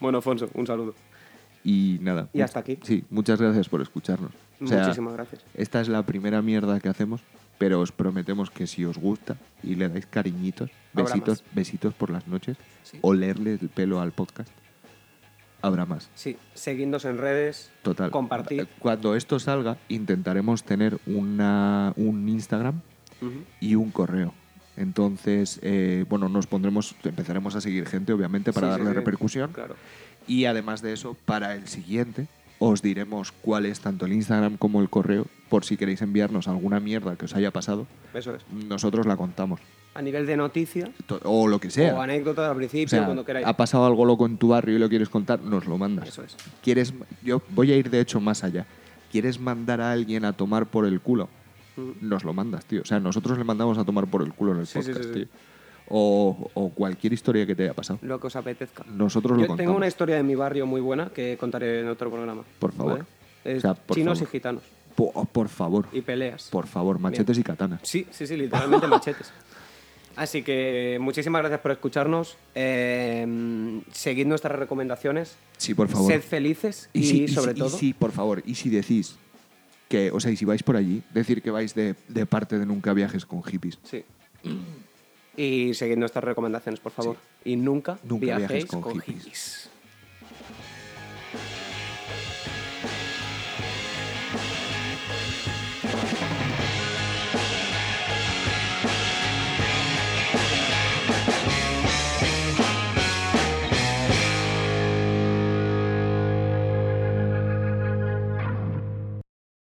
Bueno, Afonso, un saludo.
Y nada.
Y
mu-
hasta aquí.
Sí, muchas gracias por escucharnos. O sea,
Muchísimas gracias.
Esta es la primera mierda que hacemos, pero os prometemos que si os gusta y le dais cariñitos,
Habrá
besitos, besitos por las noches, o leerle el pelo al podcast, habrá más.
Sí, seguidnos en redes.
Total. Eh,
Compartid.
Cuando esto salga, intentaremos tener una, un Instagram
Ujú.
y un correo. Entonces, eh, bueno, nos pondremos, empezaremos a seguir gente, obviamente, para
Sí, sí,
darle
sí.
repercusión.
Claro.
Y además de eso, para el siguiente os diremos cuál es tanto el Instagram como el correo, por si queréis enviarnos alguna mierda que os haya pasado,
Eso es.
nosotros la contamos.
A nivel de noticia
To- O lo que
o
sea.
anécdota al principio,
O sea,
cuando queráis.
ha pasado algo loco en tu barrio y lo quieres contar, nos lo mandas.
Eso es.
¿Quieres, yo voy a ir de hecho más allá. ¿Quieres mandar a alguien a tomar por el culo? Nos lo mandas, tío. O sea, nosotros le mandamos a tomar por el culo en el
Mm. Sí, sí,
podcast,
sí, sí.
tío. O, o cualquier historia que te haya pasado.
Lo que os apetezca.
Nosotros lo
Yo
contamos.
tengo una historia de mi barrio muy buena que contaré en otro programa.
Por favor.
Es
O sea, por
chinos
favor.
y gitanos.
Po- oh, por favor,
Y peleas.
por favor, machetes y katanas.
Sí, sí, sí,
(laughs)
literalmente machetes. Así que muchísimas gracias por escucharnos. Eh, seguid nuestras recomendaciones.
Sí, por favor.
Sed felices y,
Y, si, y
sobre
si- y
todo.
si, por favor, y si decís que, o sea, y si vais por allí, decir que vais de, de parte de Nunca Viajes con Hippies.
Sí. Y seguid nuestras recomendaciones, por favor. Y nunca,
Nunca
viajéis
viajes con
con
hippies.
hippies.